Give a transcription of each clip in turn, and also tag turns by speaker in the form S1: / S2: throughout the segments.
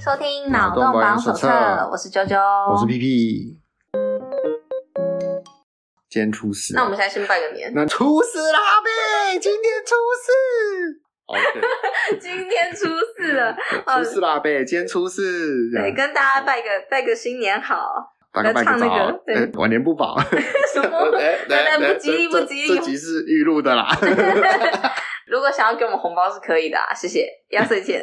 S1: 收听《
S2: 脑
S1: 脑洞
S2: 洞保
S1: 榜
S2: 养
S1: 手
S2: 手
S1: 册
S2: 册》，
S1: 我是啾啾，
S2: 我是 PP。今天出事，
S1: 那我们现在先拜个年。
S2: 那出事了，阿贝，今天出事。OK，
S1: 今天初四了，哦
S2: 出事了，阿贝，今天出事。这
S1: 对，
S2: 样
S1: 跟大家拜个拜个新年 好。
S2: 大概
S1: 来
S2: 拜
S1: 唱
S2: 个
S1: 那个
S2: 早，
S1: 对
S2: 哎晚年不 保。
S1: 什么？
S2: 哎
S1: 对
S2: 哎
S1: 不吉利
S2: 这
S1: 不吉利
S2: 这这集是预录 的啦。
S1: 如果想要给我们红包是可以的、啊，谢谢，压岁钱。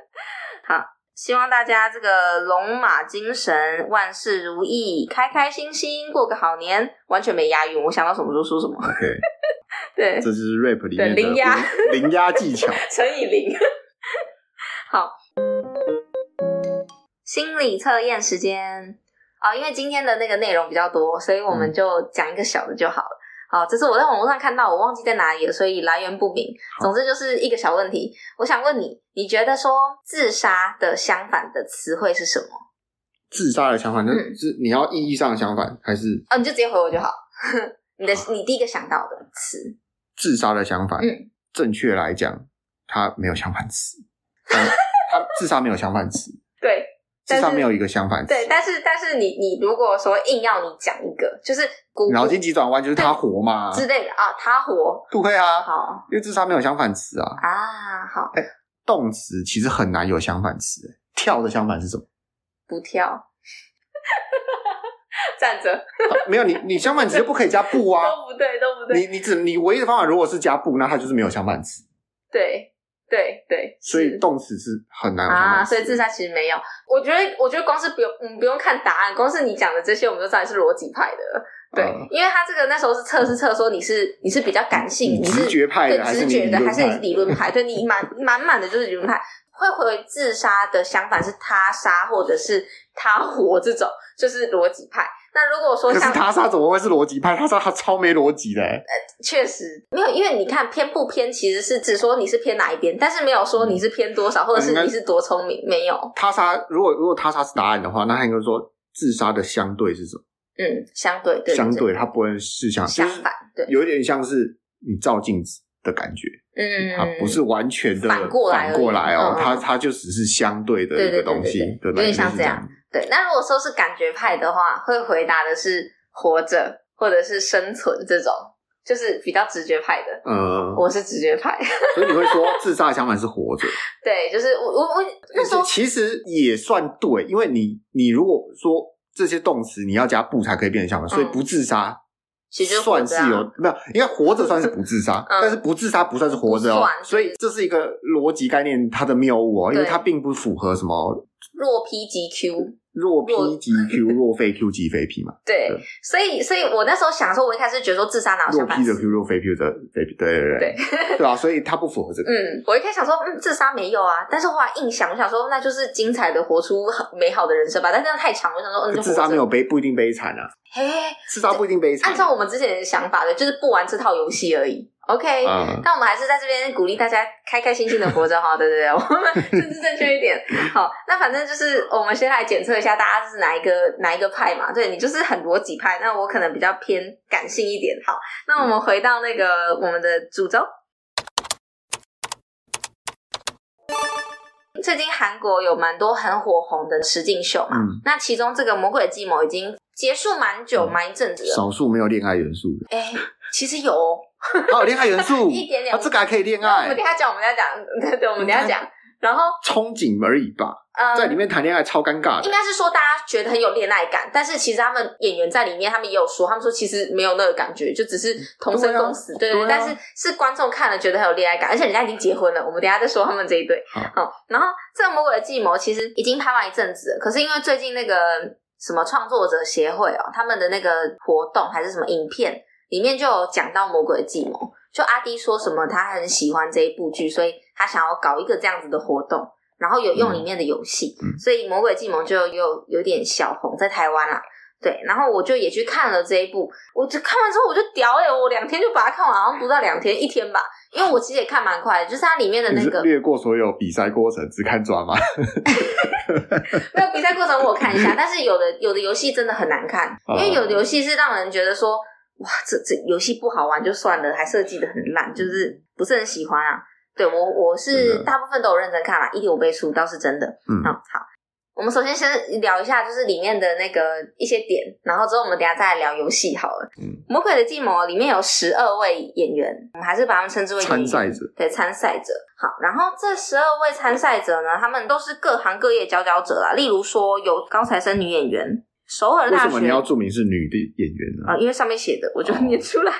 S1: 好，希望大家这个龙马精神，万事如意，开开心心过个好年。完全没押韵，我想到什么就说什么。
S2: OK，
S1: 对，
S2: 这就是 rap 里面的
S1: 对零压
S2: 零零压技巧。
S1: 乘以零。好，心理测验时间哦，因为今天的那个内容比较多，所以我们
S2: 嗯
S1: 就讲一个小的就好了。好，这是我在网络上看到，我忘记在哪里了，所以来源不明。总之就是一个小问题，我想问你，你觉得说自杀的相反的词汇是什么？
S2: 自杀的相反，就
S1: 嗯
S2: 是你要意义上的相反，还是
S1: 哦，你就直接回我就好。 你的你第一个想到的词，
S2: 自杀的相反？
S1: 嗯
S2: 正确来讲，它没有相反 词，但它自杀没有相反词，
S1: 对，但
S2: 自
S1: 是
S2: 杀没有一个相反词。
S1: 对，但是但是你你如果说硬要你讲一个，就是古
S2: 脑筋急转弯就是他活嘛，
S1: 之类的啊，他活
S2: 不会啊，
S1: 好
S2: 因为自杀没有相反词啊。
S1: 啊，好
S2: 动词其实很难有相反词，欸跳的相反是什么？
S1: 不跳， 站着
S2: 啊没有你，你相反词就不可以加不啊。
S1: 都不对，都不 对，
S2: 你你只你唯一的方法如果是加不，那它就是没有相反词，
S1: 对对对，
S2: 所以
S1: 是
S2: 动词是很难有相
S1: 啊，
S2: 反词。
S1: 所以自杀其实没有。我觉得，我觉得光是不用，嗯，不用看答案，光是你讲的这些，我们就知道你是逻辑派的。对，
S2: 嗯
S1: 因为他这个那时候是测试测说你是你是比较感性，
S2: 你
S1: 你是
S2: 直觉派的
S1: 对
S2: 还是
S1: 直
S2: 你
S1: 觉的，
S2: 理论
S1: 还是你
S2: 派
S1: 是理论 派？对你满满满的就是理论派。会回自杀的想法是他杀或者是他活这种，就是逻辑派。那如果说
S2: 可是
S1: 像
S2: 他杀怎么会是逻辑派？他杀他超没逻辑的、欸，
S1: 确实没有，因为你看偏不偏，其实是只说你是偏哪一边，但是没有说你是偏多少，或者是
S2: 应该
S1: 你是多聪明，没有。
S2: 他杀如果如果他杀是答案的话，那他应该说自杀的相对是什么？
S1: 嗯，相对对
S2: 相对它不会是相，
S1: 相
S2: 就是
S1: 反对。
S2: 有点像是你照镜子的感觉，
S1: 嗯，
S2: 它啊不是完全的
S1: 反过来而已
S2: 反过来
S1: 嗯，
S2: 哦
S1: 嗯
S2: 它它就只是相对的一
S1: 对对对
S2: 个东西
S1: 对，对
S2: 对
S1: 有
S2: 吧？
S1: 点像
S2: 就是
S1: 这
S2: 这
S1: 样。对，那如果说是感觉派的话，会回答的是活着或者是生存这种，就是比较直觉派的。
S2: 嗯，
S1: 我是直觉派，
S2: 所以你会说自杀的相反是活着，
S1: 对，就是我我我那时候
S2: 其实也算对，因为你你如果说这些动词你要加不才可以变成相反，所以
S1: 嗯
S2: 不自杀
S1: 其实就活
S2: 算
S1: 着
S2: 是
S1: 啊，
S2: 有没有？应该活着算是不自杀
S1: 嗯
S2: 但是不自杀不算是活着
S1: 不
S2: 哦
S1: 算。
S2: 所以这是一个逻辑概念，它的谬误哦，因为
S1: 对
S2: 它并不符合什么
S1: 弱 P 及 Q，
S2: 弱
S1: 弱
S2: P 即 Q，弱非 Q 即非 P 嘛，
S1: 对
S2: 对，
S1: 所以所以我那时候想说，我一开始觉得说自杀哪有
S2: 弱
S1: 相反
S2: P 的
S1: 词
S2: Q，弱非 Q 的非 P，对对
S1: 对
S2: 对，对啊，所以它不符合这个。
S1: 嗯，我一开始想说，嗯，自杀没有啊，但是后来硬想，我想说，那就是精彩的活出很美好的人生吧。但这样太长，我想说，嗯，就
S2: 自杀
S1: 活着
S2: 没有悲不一定悲惨啊，
S1: 嘿嘿，嘿
S2: 自杀不一定悲惨啊嗯
S1: 按。照我们之前的想法的，就是不玩这套游戏而已。OK，、
S2: 嗯
S1: 但我们还是在这边鼓励大家开开心心的活着哈， 对对对，我们政治正确一点。好，那反正就是我们先来检测一下大家是哪一个哪一个派嘛。对你就是很逻辑派，那我可能比较偏感性一点。好，那我们回到那个我们的主轴。最近韩国有蛮多很火红的实境秀嘛，
S2: 嗯
S1: 那其中这个《魔鬼计谋》已经结束蛮久、
S2: 嗯
S1: 蛮一阵子了，
S2: 少数没有恋爱元素的，
S1: 哎、其实有、哦，
S2: 它有恋爱元 素，
S1: 一点点
S2: 它这个还可以恋
S1: 那我
S2: 爱
S1: 们等一，下讲，我们等一下讲，对对，我们等一下讲。然后，
S2: 憧憬而已吧，
S1: 呃，
S2: 在里面谈恋爱超尴尬的
S1: 应。该是说大家觉得很有恋爱感，但是其实他们演员在里面，他们也有说，他们说其实没有那个感觉，就只是同生共死，对
S2: 对
S1: 对。
S2: 啊对啊
S1: 但是是观众看了觉得很有恋爱感，而且人家已经结婚了，我们等一下再说他们这一对。
S2: 好
S1: 好，然后这个《魔鬼的计谋》其实已经拍完一阵子了，可是因为最近那个什么创作者协会哦，他们的那个活动还是什么影片里面就有讲到《魔鬼的计谋》，就阿迪说什么他很喜欢这一部剧，所以他想要搞一个这样子的活动，然后有用里面的游戏，
S2: 嗯
S1: 所以《魔鬼计谋》就有有点小红在台湾啦。对，然后我就也去看了这一部，我就看完之后我就屌哎、我两天就把它看完，好像不到两天，一天吧，因为我其实也看蛮快的，就是它里面的
S2: 你
S1: 那
S2: 是
S1: 个
S2: 略过所有比赛过程，只看抓吗？
S1: 没有比赛过程我看一下，但是有的有的游戏真的很难看，
S2: 啊
S1: 因为有的游戏是让人觉得说，哇，这这游戏不好玩就算了，还设计的很烂，就是不是很喜欢啊。对我我是
S2: 嗯真的
S1: 大部分都有认真看啦，一点五倍速倒是真的。
S2: 嗯
S1: 嗯，好，我们首先先聊一下，就是里面的那个一些点，然后之后我们等一下再来聊游戏好了。
S2: 嗯
S1: 魔鬼的计谋》里面有十二位演员，我们还是把他们称之为演员
S2: 参赛者，
S1: 对参赛者。好，然后这十二位参赛者呢，他们都是各行各业佼佼者啦。例如说，有高材生女演员，首尔
S2: 为
S1: 大
S2: 什
S1: 学
S2: 么你要注明是女的演员呢？
S1: 啊、因为上面写的，我就
S2: 哦
S1: 念出来。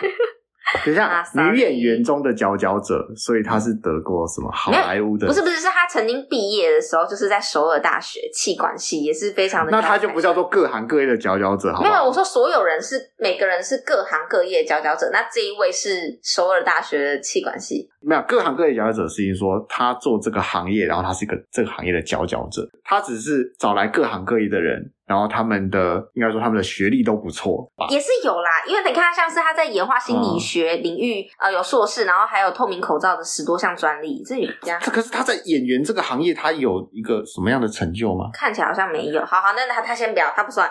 S2: 等一
S1: 啊
S2: 下，
S1: sorry
S2: 女演员中的佼佼者，所以她是得过什么好莱坞的？
S1: 不是不是，是他曾经毕业的时候，就是在首尔大学气管系，也是非常的。
S2: 那她就不叫。做各行各业的佼佼者，好
S1: 没
S2: 不
S1: 有，
S2: 好
S1: 我？说所有人是每个人是各行各业佼佼者，那这一位是首尔大学的气管系，
S2: 没有，各行各业佼佼者是因为说她做这个行业，然后她是一个这个行业的佼佼者，她只是找来各行各业的人，然后他们的应该说他们的学历都不错吧？
S1: 也是有啦。因为你看，像是他在演化心
S2: 嗯
S1: 理学领域，呃，有硕士，然后还有透明口罩的十多项专利，这有家？
S2: 这可是她在演员这个行业，她有一个什么样的成就吗
S1: 看起来好像没有。好好，那他他先不要，他不算。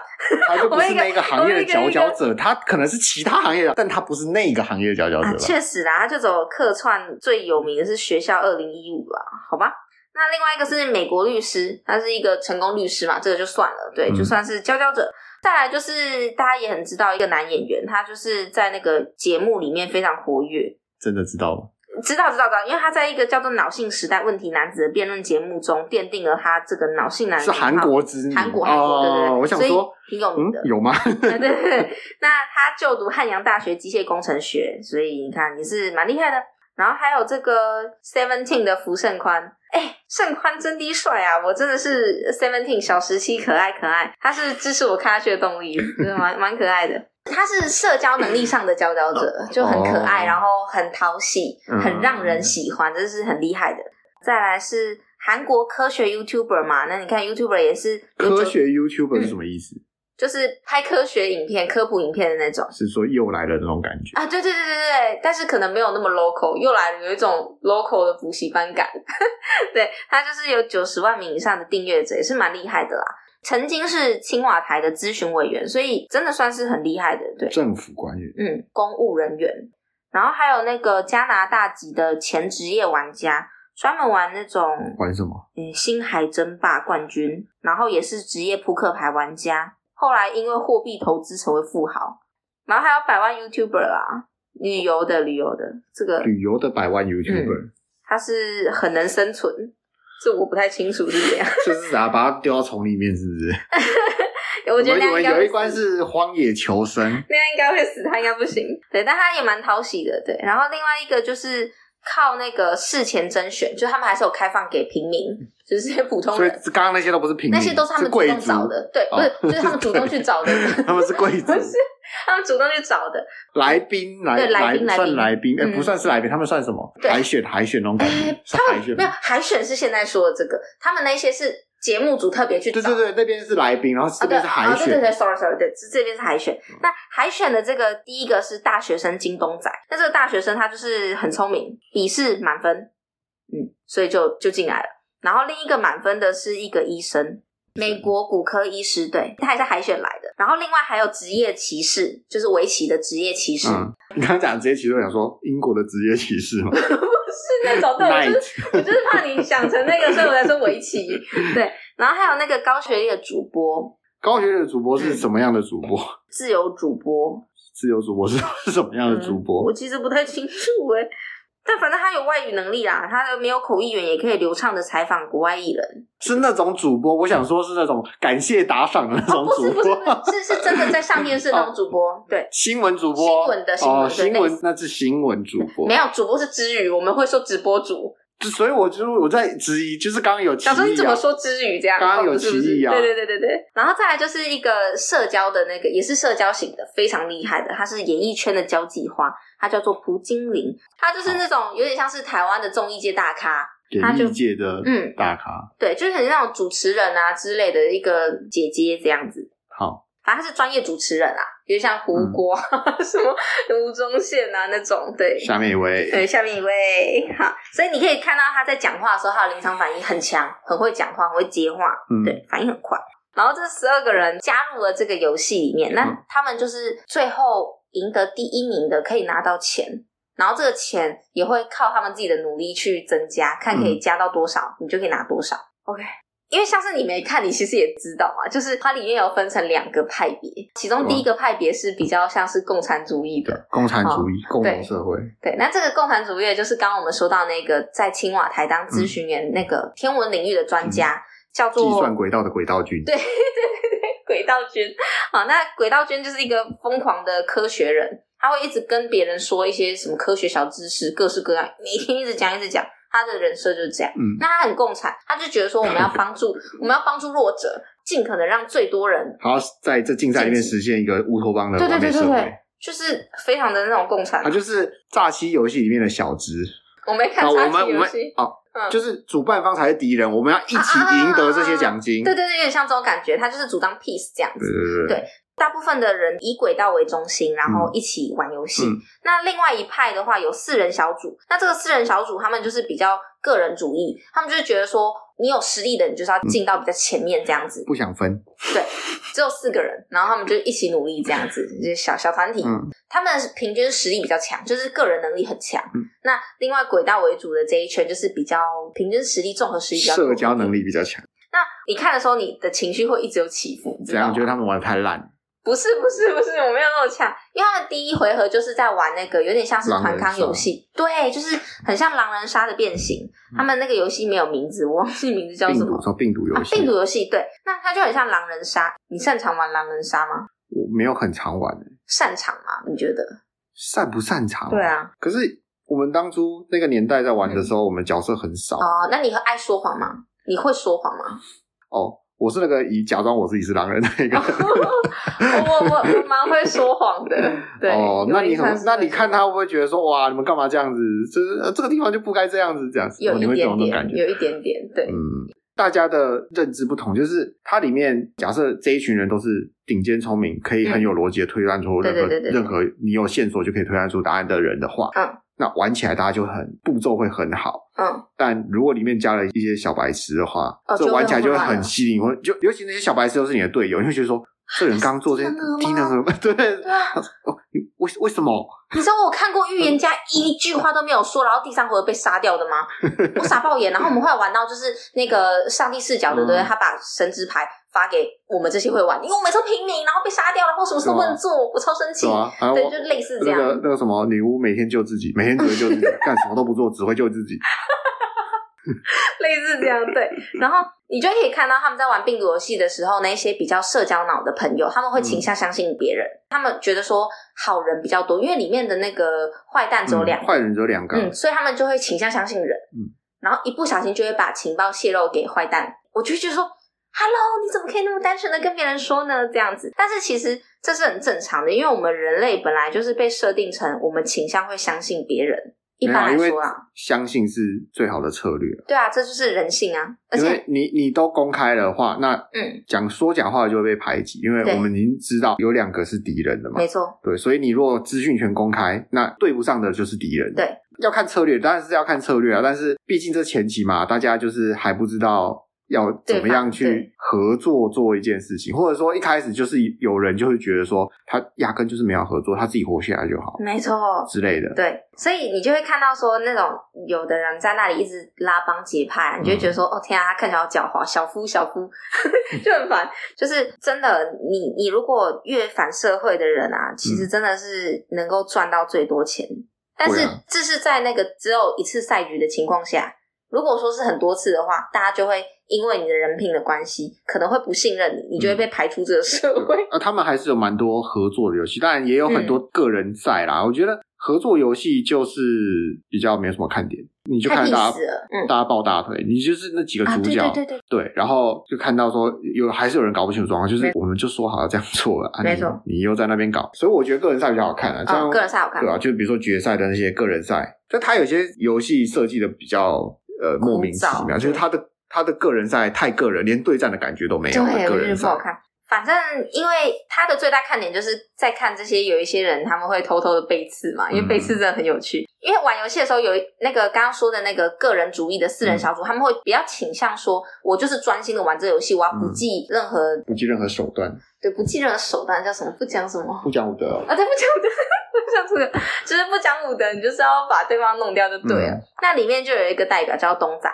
S2: 她就不
S1: 我
S2: 是
S1: 一个
S2: 那个行业
S1: 我
S2: 的
S1: 一个
S2: 佼佼者，她可能是其他行业的，但她不是那个行业的佼佼者
S1: 啊，
S2: 吧？
S1: 确实啦，他就走客串最有名的是学校二零一五啦，好吧。那另外一个是美国律师，他是一个成功律师嘛，这个就算了，对，
S2: 嗯
S1: 就算是佼佼者。再来就是大家也很知道一个男演员，他就是在那个节目里面非常活跃，
S2: 真的知道吗？
S1: 知道知道知道，因为他在一个叫做《脑性时代问题男子》的辩论节目中奠定了他这个脑性男
S2: 是
S1: 的
S2: 韩国之女
S1: 韩国韩国、
S2: 哦，
S1: 对对对，
S2: 我想
S1: 所以
S2: 说。
S1: 挺有名
S2: 嗯
S1: 的，，
S2: 有吗？
S1: 啊对对对，那他就读汉阳大学机械工程学，所以你看也是蛮厉害的。然后还有这个 Seventeen 的福盛宽，哎，盛宽真的帅啊！我真的是 Seventeen 小时期可爱可爱，他是支持我看下去的动力，就是蛮蛮可爱的。他是社交能力上的佼佼者，就很可爱，
S2: 哦
S1: 然后很讨喜，
S2: 嗯
S1: 很让人喜欢，这是很厉害的。再来是韩国科学 YouTuber 嘛，那你看 YouTuber 也是有
S2: 科
S1: 九
S2: 学 YouTuber 是什么意思？
S1: 嗯就是拍科学影片、科普影片的那种
S2: 是说又来了那种感觉。
S1: 啊，对对对对对，但是可能没有那么 local，又来了有一种 local 的补习班感。 对，他就是有九十万名以上的订阅者，也是蛮厉害的啦。曾经是青瓦台的咨询委员，所以真的算是很厉害的。对，
S2: 政府官员，
S1: 嗯，公务人员，然后还有那个加拿大籍的前职业玩家，专门玩那种
S2: 管什么？
S1: 嗯，星海争霸冠军，然后也是职业扑克牌玩家，后来因为货币投资成为富豪，然后还有百万 YouTuber 啦，旅游的旅游的，这个
S2: 旅游的百万
S1: 嗯
S2: YouTuber，、
S1: 他是很能生存，这我不太清楚是 怎样，
S2: 就是啥，把它丢到丛里面，是不是？
S1: 我觉得那样
S2: 们我们
S1: 应该
S2: 有一
S1: 会
S2: 关
S1: 死
S2: 是荒野求生，
S1: 那样应该会死，他应该不行。对，但他也蛮讨喜的，对。然后另外一个就是靠那个事前甄选，就他们还是有开放给平民，就是普通
S2: 所以
S1: 人，
S2: 刚刚那些都不是平民，
S1: 那些都是他们主
S2: 贵
S1: 动
S2: 族
S1: 找，的，对，不是，
S2: 哦
S1: 就是他们主动去找的。
S2: 他们是贵
S1: 不，
S2: 族
S1: 是，他们主动去找的。
S2: 来宾来
S1: 对来
S2: 来
S1: 宾来宾
S2: 算来宾，哎，
S1: 嗯
S2: 不算是来宾，他们算什么？
S1: 对哎
S2: 海选海选那种感觉，是
S1: 他
S2: 海选
S1: 们没有
S2: 吗。
S1: 海选是现在说的这个，他们那些是节目组特别去找。
S2: 对对对，那边是来宾，然后这边是海
S1: 哦对哦对对
S2: 选，嗯
S1: 对，sorry sorry，对，这这边是海选。那海选的这个第一个是大学生金东仔，那这个大学生他就是很聪明，笔试满分，嗯，所以就就进来了。然后另一个满分的是一个医生，美国骨科医师，对，他也是海选来的。然后另外还有职业歧视，就是围棋的职业歧视，
S2: 嗯，你刚刚讲职业歧视，我想说英国的职业歧视嘛
S1: 是那种对，我就是
S2: ，night，
S1: 我就是怕你想成那个，所以我在说围 棋。对，然后还有那个高学历的主播、
S2: 高学历的主播是什么样的 主播？
S1: 自由主播，嗯
S2: 自由主播是是什么样的嗯主
S1: 我
S2: 播？
S1: 其实不太清楚哎、但反正他有外语能力啦，他没有口译员也可以流畅的采访国外艺人。
S2: 是那种主播，我想说是那种感谢打赏的那种
S1: 哦不是
S2: 主
S1: 不是
S2: 播，
S1: 不是，是是真的在上面是 那种主播，对，
S2: 新闻主播，
S1: 新闻的新闻
S2: 哦，
S1: 对
S2: 新
S1: 类
S2: 闻
S1: 似
S2: 那是新闻主播
S1: 没。有主播是知语，我们会说直播主。
S2: 就所以我就我在质疑，就是刚刚有歧义
S1: 小时候你怎么
S2: 啊，
S1: 说之语这样？
S2: 刚刚有
S1: 是不是
S2: 歧义啊
S1: 对对对对对。然后再来就是一个社交的那个，也是社交型的，非常厉害的，他是演艺圈的交际花，他叫做蒲金玲，他就是那种有点像是台湾的综艺界大咖，他就
S2: 演艺界的
S1: 嗯
S2: 大咖，
S1: 对，就是很像那种主持人啊之类的一个姐姐这样子。
S2: 好，
S1: 反正他是专业主持人啊，有点像胡
S2: 嗯
S1: 歌、 什么吴宗宪啊那种，对。
S2: 下面一位
S1: 对，下面一位，好，所以你可以看到他在讲话的时候，他的临场反应很强，很会讲话，很会接话，
S2: 嗯
S1: 对，反应很快。然后这十二个人加入了这个游戏里面，那
S2: 嗯
S1: 他们就是最后赢得第一名的可以拿到钱，然后这个钱也会靠他们自己的努力去增加，看可以加到多少，你就可以拿多少。OK，因为像是你没看，你其实也知道嘛，就是它里面有分成两个派别，其中第一个派别是比较像是共产主义的，
S2: 共产主义、共
S1: 对
S2: 荣社会，
S1: 对。那这个共产主义就是刚刚我们说到那个在青瓦台当咨询员那个天文领域的专家，叫做
S2: 嗯计算轨道的轨道军，
S1: 对 对对对，轨道君好，那轨道君就是一个疯狂的科学人，他会一直跟别人说一些什么科学小知识，各式各样，每天一直讲一直讲，他的人设就是这样。
S2: 嗯，
S1: 那他很共产，他就觉得说我们要帮 助，我们要帮助弱者，尽可能让最多人，
S2: 他要在这竞赛里面实现一个乌托邦的
S1: 对对
S2: 完
S1: 对
S2: 美
S1: 对
S2: 社
S1: 对
S2: 会。，啊
S1: 就是非常的那种共产
S2: 他。就是诈欺游戏里面的小值，
S1: 我没看
S2: 啊，我
S1: 杀
S2: 们
S1: 鸡
S2: 我
S1: 游
S2: 们
S1: 戏，
S2: 哦
S1: 嗯，
S2: 就是主办方才是敌人，我们要一起赢得这些奖金。
S1: 对对对，有点像这种感觉，他就是主张 peace 这样子。
S2: 对对
S1: 对大部分的人以轨道为中心，然后一起玩游戏。
S2: 嗯
S1: 那另外一派的话有四人小组，那这个四人小组他们就是比较个人主义，他们就是觉得说你有实力的，你就是要进到比较前面这样子。
S2: 不想分，
S1: 只有四个人，然后他们就一起努力这样子，就是小小团体。
S2: 嗯，
S1: 他们平均实力比较强，就是个人能力很强。
S2: 嗯
S1: 那另外轨道为主的这一圈就是比较平均实力、综合实力比较多
S2: 社交能。力比较强，
S1: 那你看的时候，你的情绪会一直有起伏，你知
S2: 怎
S1: 道吗
S2: 样？觉得他们玩的太烂，
S1: 不是不是不是，我没有那么呛，因为他们第一回合就是在玩那个有点像是团康游戏，对，就是很像狼人杀的变形。他们那个游戏没有名字，我忘记名字叫
S2: 嗯病
S1: 什
S2: 毒
S1: 么。
S2: 说病毒
S1: 啊
S2: 游，戏，
S1: 病毒游戏对，那它就很像狼人杀。你擅长玩狼人杀吗？
S2: 我没有很常玩，
S1: 擅长吗？你觉得？
S2: 擅不擅长？
S1: 对，啊，嗯
S2: 可是我们当初那个年代在玩的时候，我们角色很少
S1: 哦，那你会爱说谎吗？你会说谎 吗？
S2: 哦。我是那个以假装我自己是狼人的那个。
S1: 我我我蛮会说谎的， 对。
S2: 哦，那你
S1: 很
S2: 很，那你看他会不会觉得说，哇，你们干嘛这样子？就是、呃这个地方就不该这样子，这样子，
S1: 有
S2: 哦你
S1: 一
S2: 会
S1: 点
S2: 懂那种感
S1: 点，
S2: 觉。
S1: 有一点点，对，
S2: 嗯，大家的认知不同，就是它里面假设这一群人都是顶尖聪明，可以很有逻辑的推断出任何、
S1: 嗯对对对对
S2: 任何你有线索就可以推断出答案的人的话，
S1: 嗯，
S2: 那玩起来大家就很步骤会很好。
S1: 嗯，
S2: 但如果里面加了一些小白痴的话，
S1: 哦就
S2: 这
S1: 会
S2: 玩起来就会
S1: 很乱啊
S2: 很吸引，或就尤其那些小白痴都是你的队友，你会觉得说这人刚做这些
S1: 天
S2: 听
S1: 哪
S2: 到什么？ 对，
S1: 对啊。
S2: 哦，你为为什么？
S1: 你知道我看过预言家一句话都没有说，然后第三回合被杀掉的吗？ 我傻爆眼。然后我们后来玩到就是那个上帝视角的，对不对？
S2: 嗯
S1: 他把神职牌发给我们这些会玩，因为我每次平民，然后被杀掉，然后什么事都不能做，我超生气
S2: 是。吗？然后
S1: 对，就类似这
S2: 那
S1: 样。
S2: 个那个什么女巫每天救自己，每天只会救自己，干什么都不做，只会救自己。
S1: 类似这样对。然后你就可以看到他们在玩病毒游戏的时候，那一些比较社交脑的朋友，他们会倾
S2: 嗯
S1: 向相信别人，他们觉得说好人比较多，因为里面的那个坏蛋只有两
S2: 嗯
S1: 个，
S2: 坏人只有两个，
S1: 嗯，所以他们就会倾向相信人，
S2: 嗯
S1: 然后一不小心就会把情报泄露给坏蛋，我就会觉得说。Hello，你怎么可以那么单纯的跟别人说呢？这样子，但是其实这是很正常的，因为我们人类本来就是被设定成我们倾向会相信别人。一
S2: 没有啊
S1: 般来
S2: 因为
S1: 说啊，
S2: 相信是最好的策略。
S1: 对啊，这就是人性啊。而
S2: 因
S1: 且
S2: 为，你你都公开的话，那
S1: 嗯，
S2: 讲说假话就会被排挤，因为
S1: 对
S2: 我们已经知道有两个是敌人的嘛
S1: 没。错，
S2: 对，所以你如果资讯全公开，那对不上的就是敌人。
S1: 对，
S2: 要看策略，当然是要看策略啊。但是毕竟这前期嘛，大家就是还不知道要怎么样
S1: 对吧
S2: 去
S1: 对
S2: 合作做一件事情，或者说一开始就是有人就会觉得说他压根就是没有合作，他自己活下来就好
S1: 没错，
S2: 之类的。
S1: 对，所以你就会看到说那种有的人在那里一直拉帮结派，你就会觉得说、哦天啊，他看起来好狡猾，小夫小夫 就很烦。就是真的，你你如果越反社会的人啊，其实真的是能够赚到最多钱，但
S2: 对
S1: 是
S2: 啊
S1: 这是在那个只有一次赛局的情况下。如果说是很多次的话，大家就会因为你的人品的关系，可能会不信任你，你就会被排除这个社会。
S2: 那呃他们还是有蛮多合作的游戏，当然也有
S1: 嗯
S2: 很多个人赛啦。我觉得合作游戏就是比较没有什么看点，你 就
S1: 太
S2: 看
S1: 必
S2: 大家
S1: 死了，嗯
S2: 大家抱大腿，你就是那几个
S1: 啊，
S2: 主
S1: 对
S2: 角，
S1: 对对对
S2: 对然后就看到说有还是有人搞不清楚状况，就是我们就说好要这样做了，啊、
S1: 没错
S2: 你，你又在那边搞，所以我觉得个人赛比较好看啊，这样、
S1: 嗯，个人赛好看，
S2: 对啊，就比如说决赛的那些个人赛，但它有些游戏设计的比较呃莫名其
S1: 枯
S2: 妙，
S1: 燥
S2: 就是它的它的个人赛太个人，连对战的感觉都没有，
S1: 对，
S2: 个
S1: 我觉得
S2: 人
S1: 不好
S2: 赛。
S1: 看。反正因为它的最大看点就是在看这些有一些人他们会偷偷的背刺嘛，因为
S2: 嗯
S1: 背刺真的很有趣。因为玩游戏的时候有一那个刚刚说的那个个人主义的四
S2: 嗯
S1: 人小组，他们会比较倾向说，我就是专心的玩这游戏，我要
S2: 嗯
S1: 不计任何、
S2: 不计任何手段，
S1: 对不计任何手段叫什么不讲什么
S2: 不讲武德哦、
S1: 啊，对不讲武德，不讲这个，就是不讲武德，你就是要把对方弄掉就对了。
S2: 嗯
S1: 那里面就有一个代表叫东仔，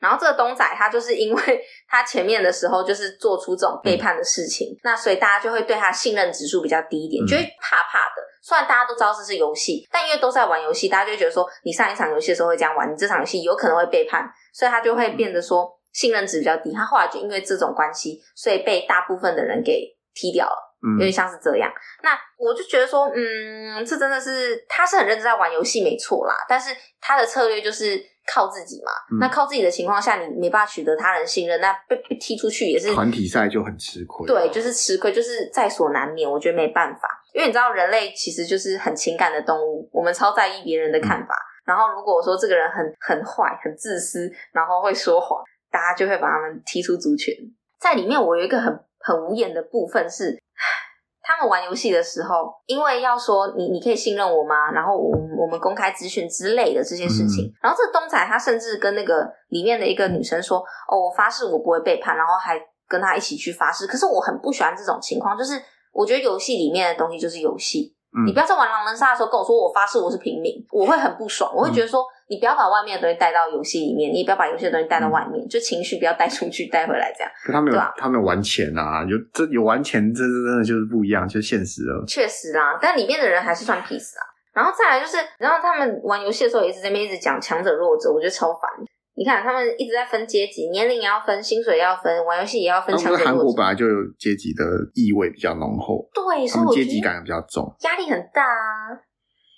S1: 然后这个东仔他就是因为他前面的时候就是做出这种背叛的事情，那所以大家就会对他信任指数比较低一点，
S2: 嗯
S1: 就会怕怕的。虽然大家都知道这是游戏，但因为都在玩游戏，大家就会觉得说你上一场游戏的时候会这样玩，你这场游戏有可能会背叛，所以他就会变得说信任值比较低。他后来就因为这种关系，所以被大部分的人给踢掉了。有点
S2: 嗯
S1: 像是这样。那我就觉得说，嗯，这真的是他是很认真在玩游戏，没错啦。但是他的策略就是靠自己嘛。
S2: 嗯
S1: 那靠自己的情况下，你没办法取得他人信任，那被被踢出去也是
S2: 团体赛就很吃亏。
S1: 对，就是吃亏，就是在所难免。我觉得没办法，因为你知道，人类其实就是很情感的动物，我们超在意别人的
S2: 嗯
S1: 看法。然后，如果我说这个人很很坏、很自私，然后会说谎，大家就会把他们踢出族群。在里面，我有一个很很无言的部分是， 唉他们玩游戏的时候，因为要说你你可以信任我吗？然后我们我们公开咨询之类的这些事情。然后这东仔他甚至跟那个里面的一个女生说：“哦，我发誓我不会背叛。”然后还跟他一起去发誓。可是我很不喜欢这种情况，就是我觉得游戏里面的东西就是游戏，
S2: 嗯
S1: 你不要在玩狼人杀的时候跟我说我发誓我是平民，我会很不爽，我会觉
S2: 嗯
S1: 得说。你不要把外面的东西带到游戏里面，你也不要把游戏的东西带
S2: 嗯
S1: 到外面，就情绪不要带出去，带回来这样。
S2: 可他们有
S1: 对啊
S2: 他们有玩钱啊，有这有玩钱，这这真的就是不一样，就现实了。
S1: 确实啦，但里面的人还是算 peace 啦。然后再来就是，然后他们玩游戏的时候也是这边一直讲强者弱者，我觉得超烦。你看他们一直在分阶级，年龄也要分，薪水也要分，玩游戏也要分
S2: 他
S1: 强
S2: 们
S1: 者
S2: 韩
S1: 弱
S2: 国
S1: 者
S2: 本。来就有阶级的意味比较浓厚，
S1: 对，
S2: 他
S1: 所以
S2: 们
S1: 我觉
S2: 阶级
S1: 得
S2: 感比较重，
S1: 压力很大啊，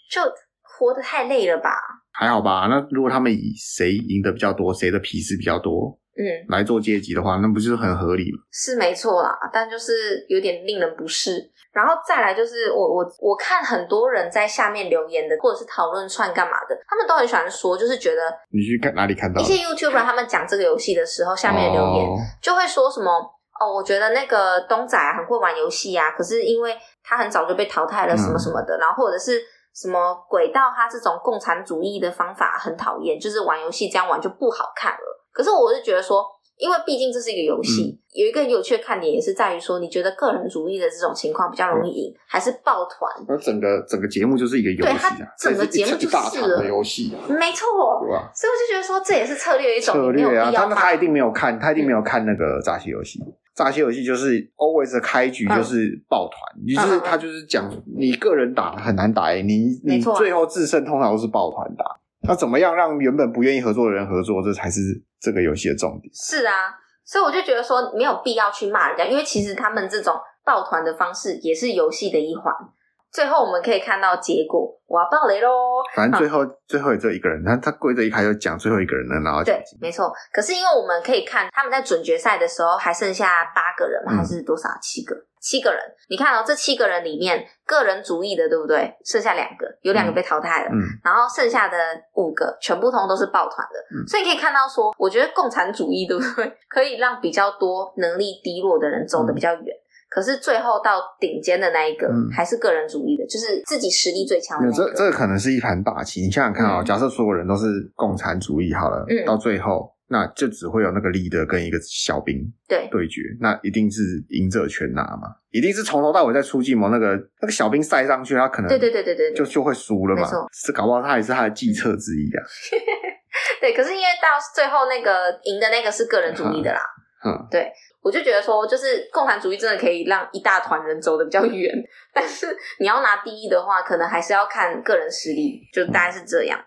S1: 就活得太累了吧？
S2: 还好吧？那如果他们以谁赢得比较多，谁的皮是比较多
S1: 嗯，
S2: 来做阶级的话，那不就是很合理吗？
S1: 是没错啦，但就是有点令人不适。然后再来就是我我我看很多人在下面留言的，或者是讨论串干嘛的，他们都很喜欢说，就是觉得
S2: 你去看哪里看到
S1: 一
S2: 的？
S1: 些 YouTuber 他们讲这个游戏的时候，下面的留言、
S2: 哦
S1: 就会说什么哦，我觉得那个东仔很会玩游戏啊，可是因为他很早就被淘汰了，
S2: 嗯
S1: 什么什么的，然后或者是什么轨道他这种共产主义的方法很讨厌，就是玩游戏这样玩就不好看了。可是我是觉得说。因为毕竟这是一个游戏，
S2: 嗯
S1: 有一个很有趣的看点也是在于说，你觉得个人主义的这种情况比较容易赢，还是抱团？
S2: 那整个整个节目就是一个游戏
S1: 对它
S2: 啊，
S1: 整个
S2: 这是一
S1: 节目就是
S2: 一大场的游戏啊，
S1: 没错，
S2: 对吧？
S1: 所以我就觉得说，这也是策略一种，
S2: 策
S1: 你没
S2: 略
S1: 有
S2: 啊，
S1: 必要嗯
S2: 他
S1: 把
S2: 们他一定没有看，他一定没有看那个诈欺游戏。诈欺游戏就是 always 的开局就是抱团，于
S1: 嗯
S2: 是
S1: 嗯
S2: 他就是讲你个人打很难打赢，你
S1: 没
S2: 你
S1: 错啊
S2: 最后自身通常都是抱团打。那怎么样让原本不愿意合作的人合作，这才是这个游戏的重点。
S1: 是啊，所以我就觉得说没有必要去骂人家，因为其实他们这种抱团的方式也是游戏的一环。最后我们可以看到结果，我要爆雷喽！
S2: 反正最后、最后也只有一个人，他他跪着一开就讲最后一个人能拿到奖
S1: 对
S2: 金，，
S1: 没错。可是因为我们可以看他们在准决赛的时候还剩下八个人嘛，
S2: 嗯
S1: 还是多少？七个，七个人。你看哦，这七个人里面，个人主义的对不对？剩下两个，有两个被淘汰了。
S2: 嗯，
S1: 然后剩下的五个全部通都是抱团的，
S2: 嗯
S1: 所以可以看到说，我觉得共产主义对 不对，可以让比较多能力低落的人走得比较远。可是最后到顶尖的那一个、
S2: 嗯
S1: 还是个人主义的，就是自己实力最强的
S2: 没有
S1: 那一
S2: 这
S1: 个。
S2: 这个可能是一盘大棋。你想想看哦，
S1: 嗯
S2: 假设所有人都是共产主义好了，
S1: 嗯
S2: 到最后那就只会有那个 leader 跟一个小兵
S1: 对
S2: 对决，那一定是赢者全拿嘛，一定是从头到尾在出计谋。那个那个小兵塞上去，他可能
S1: 对对对对对，
S2: 就就会输了嘛
S1: 没错，
S2: 是搞不好他也是他的计策之一啊。
S1: 对。可是因为到最后那个赢的那个是个人主义的啦，
S2: 哼，
S1: 我就觉得说，就是共产主义真的可以让一大团人走得比较远，但是你要拿第一的话，可能还是要看个人实力，就大概是这样。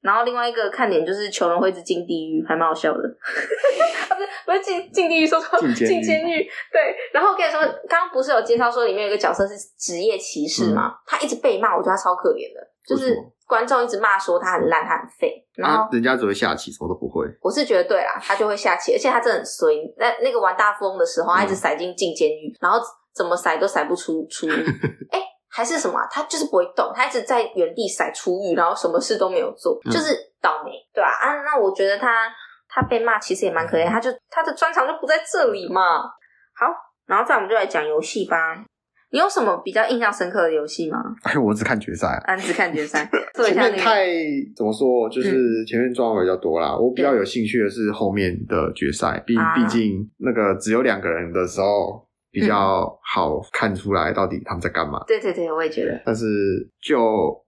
S1: 然后另外一个看点就是穷人会一直进地狱，还蛮好笑的。 啊不是不是进进地狱，说错
S2: 进监狱
S1: 进监狱。对，然后我跟你说，刚刚不是有介绍说里面有一个角色是职业歧视吗？他一直被骂，我觉得他超可怜的，就
S2: 嗯为
S1: 是
S2: 什么
S1: 观众一直骂说他很烂，他很废。然后
S2: 啊，人家只会下棋，什么都不会。
S1: 我是觉得对啦，他就会下棋，而且他真的很衰。那那个玩大富翁的时候，
S2: 嗯
S1: 他一直塞进进监狱，然后怎么塞都塞不出出 狱。哎、还是什么啊、他就是不会动，他一直在原地塞出狱，然后什么事都没有做，
S2: 嗯
S1: 就是倒霉，对吧、啊？那我觉得他他被骂其实也蛮可怜，他就他的专长就不在这里嘛。好，然后再我们就来讲游戏吧。你有什么比较印象深刻的游戏吗？
S2: 哎，我只看决赛啊。
S1: 安子看决赛， 做一下
S2: 前
S1: 那
S2: 面
S1: 个嗯
S2: 太怎么说，就是前面抓的比较多啦。我比较有兴趣的是后面的决赛，毕
S1: 啊嗯
S2: 毕竟那个只有两个人的时候，比较好看出来到底他们在干嘛。
S1: 对对对，我也觉得。
S2: 但是就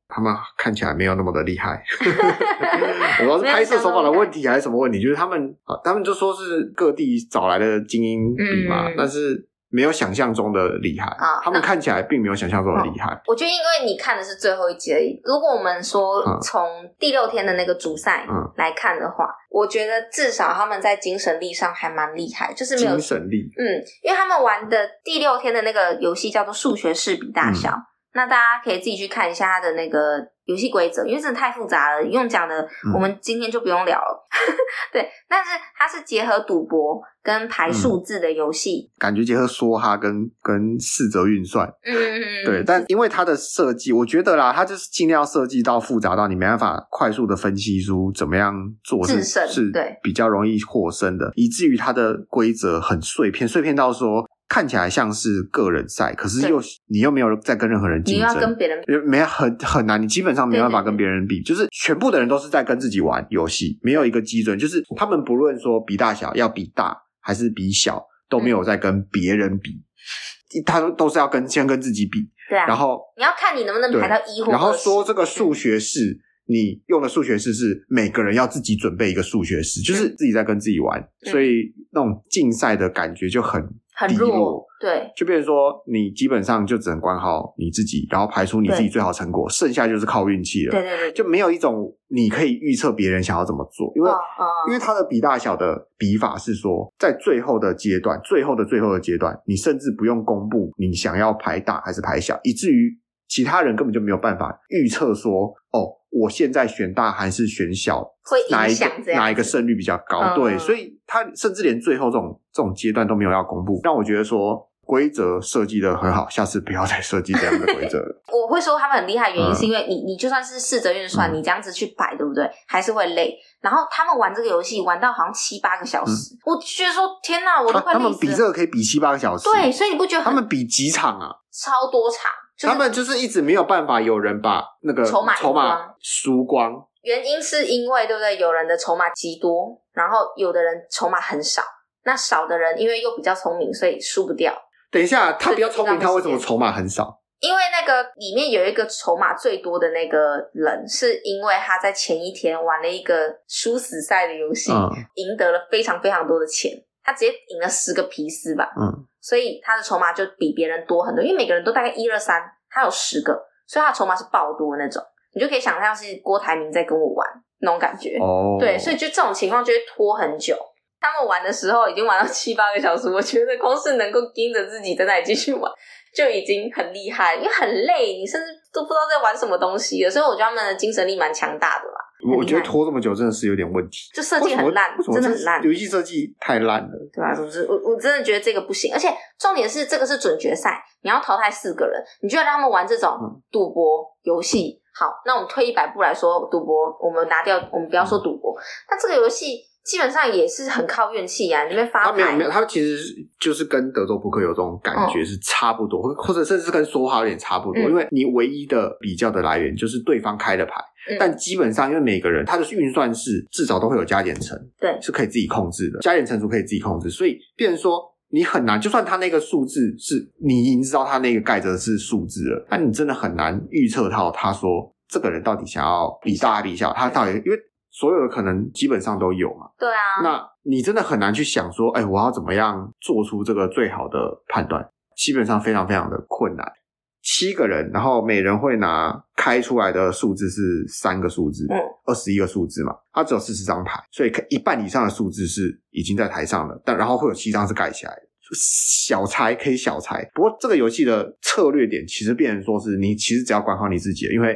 S2: 他们看起来没有那么的厉害， 我不知道是拍摄手法的问题还是什么问题，就是他们啊，他们就说是各地找来的精英比嘛，
S1: 嗯
S2: 但是没有想象中的厉害，
S1: 啊
S2: 他们看起来并没有想象中的厉害。
S1: 我觉得，因为你看的是最后一集而已。如果我们说
S2: 嗯
S1: 从第六天的那个主赛
S2: 嗯
S1: 来看的话，我觉得至少他们在精神力上还蛮厉害，就是没有
S2: 精神力，
S1: 嗯，因为他们玩的第六天的那个游戏叫做数学式比大小，
S2: 嗯
S1: 那大家可以自己去看一下它的那个游戏规则，因为真的太复杂了，用讲的
S2: 嗯
S1: 我们今天就不用聊了。 对，但是它是结合赌博跟排数
S2: 嗯
S1: 字的游戏，
S2: 感觉结合梭哈跟跟四则运算，
S1: 嗯嗯嗯，
S2: 对，但因为它的设计，我觉得啦，它就是尽量设计到复杂到你没办法快速的分析出怎么样做是
S1: 制胜
S2: 是
S1: 对
S2: 比较容易获胜的，以至于它的规则很碎片，碎片到说看起来像是个人赛，可是
S1: 对
S2: 又你又没有在跟任何人
S1: 你
S2: 竞
S1: 又要跟
S2: 争。
S1: 别人
S2: 因为没很很难，你基本上没办法
S1: 对对对
S2: 跟别人比，就是全部的人都是在跟自己玩游戏，没有一个基准，就是他们不论说比大小，要比大还是比小，都
S1: 嗯
S2: 没有在跟别人比，他都都是要跟先跟自己比，
S1: 对啊，
S2: 然后
S1: 你要看你能不能
S2: 对
S1: 排到一或
S2: 然后
S1: 二十
S2: 说这个数学式，你用的数学式是每个人要自己准备一个数学式，就是自己在跟自己玩，
S1: 嗯
S2: 所以那种竞赛的感觉就很
S1: 很
S2: 低
S1: 弱，对
S2: 就变成说你基本上就只能管好你自己，然后排出你自己
S1: 对
S2: 最好成果，剩下就是靠运气
S1: 对
S2: 了，
S1: 对对，嗯
S2: 就没有一种你可以预测别人想要怎么做，因为
S1: 哦哦
S2: 因为它的比大小的比法是说，在最后的阶段，最后的最后的阶段，你甚至不用公布你想要排大还是排小，以至于其他人根本就没有办法预测说，哦，我现在选大还是选小，
S1: 会
S2: 哪
S1: 影
S2: 一个
S1: 响这样
S2: 哪一个胜率比较高？
S1: 嗯
S2: 对，所以他甚至连最后这种这种阶段都没有要公布，让我觉得说。规则设计的很好，下次不要再设计这样的规则了。
S1: 我会说他们很厉害，原因
S2: 嗯
S1: 是因为你你就算是试着运算，
S2: 嗯
S1: 你这样子去摆，对不对？还是会累。然后他们玩这个游戏玩到好像七八个小时，我觉得说天哪，我
S2: 嗯他
S1: 都快
S2: 他们
S1: 累死
S2: 比这
S1: 了。
S2: 个可以比七八个小时，
S1: 对，，所以你不觉得
S2: 他
S1: 很
S2: 们比几场啊？
S1: 超多场？就是
S2: 他们就是一直没有办法有人把那个
S1: 筹码
S2: 筹
S1: 赢
S2: 码
S1: 光
S2: 输光，
S1: 原因是因为对不对？有人的筹码极多，然后有的人筹码很少。那少的人因为又比较聪明，所以输不掉。
S2: 等一下，他比较聪明，
S1: 这
S2: 他
S1: 就
S2: 为
S1: 是浪费
S2: 什
S1: 时间
S2: 么筹码很少？
S1: 因为那个里面有一个筹码最多的那个人，是因为他在前一天玩了一个殊死赛的游戏，
S2: 嗯
S1: 赢得了非常非常多的钱，他直接赢了十个皮斯吧，
S2: 嗯，
S1: 所以他的筹码就比别人多很多，因为每个人都大概一二三，他有十个，所以他的筹码是爆多那种，你就可以想象是郭台铭在跟我玩那种感觉，
S2: 哦，
S1: 对，所以就这种情况就会拖很久。他们玩的时候已经玩到七八个小时，我觉得光是能够盯着自己在那里继续玩，就已经很厉害，因为很累，你甚至都不知道在玩什么东西了。所以我觉得他们的精神力蛮强大的啦，
S2: 我我觉
S1: 很
S2: 得
S1: 烂
S2: 拖这么久真的是有点问题，
S1: 就设计
S2: 为什么
S1: 很烂
S2: 为什，么
S1: 真的
S2: 这
S1: 很烂。
S2: 游戏设计太烂了，
S1: 对吧、啊？总之，我我真的觉得这个不行，而且重点是这个是准决赛，你要淘汰四个人，你就要让他们玩这种
S2: 嗯
S1: 赌博游戏。好，那我们退一百步来说，赌博我们拿掉，我们不要说
S2: 嗯
S1: 赌博，那这个游戏基本上也是很靠运气呀、你们发
S2: 他
S1: 牌
S2: 没有没有，他其实就是跟德州扑克有这种感觉是差不多，或或者甚至是跟梭哈有点差不多，
S1: 嗯
S2: 因为你唯一的比较的来源就是对方开的牌，
S1: 嗯
S2: 但基本上因为每个人他的运算是至少都会有加减乘，
S1: 对
S2: 是可以自己控制的，加减乘除可以自己控制，所以变成说。你很难，就算他那个数字是你已经知道他那个盖着是数字了，那你真的很难预测到他说这个人到底想要比大比小，他到底因为所有的可能基本上都有嘛，
S1: 对啊，
S2: 那你真的很难去想说，哎、我要怎么样做出这个最好的判断，基本上非常非常的困难。七个人，然后每人会拿开出来的数字是三个数字
S1: 嗯，
S2: 二十一个数字嘛，它只有四十张牌，所以一半以上的数字是已经在台上了，但然后会有七张是盖起来的。小猜可以小猜，不过这个游戏的策略点其实变成说是你其实只要管好你自己了，因为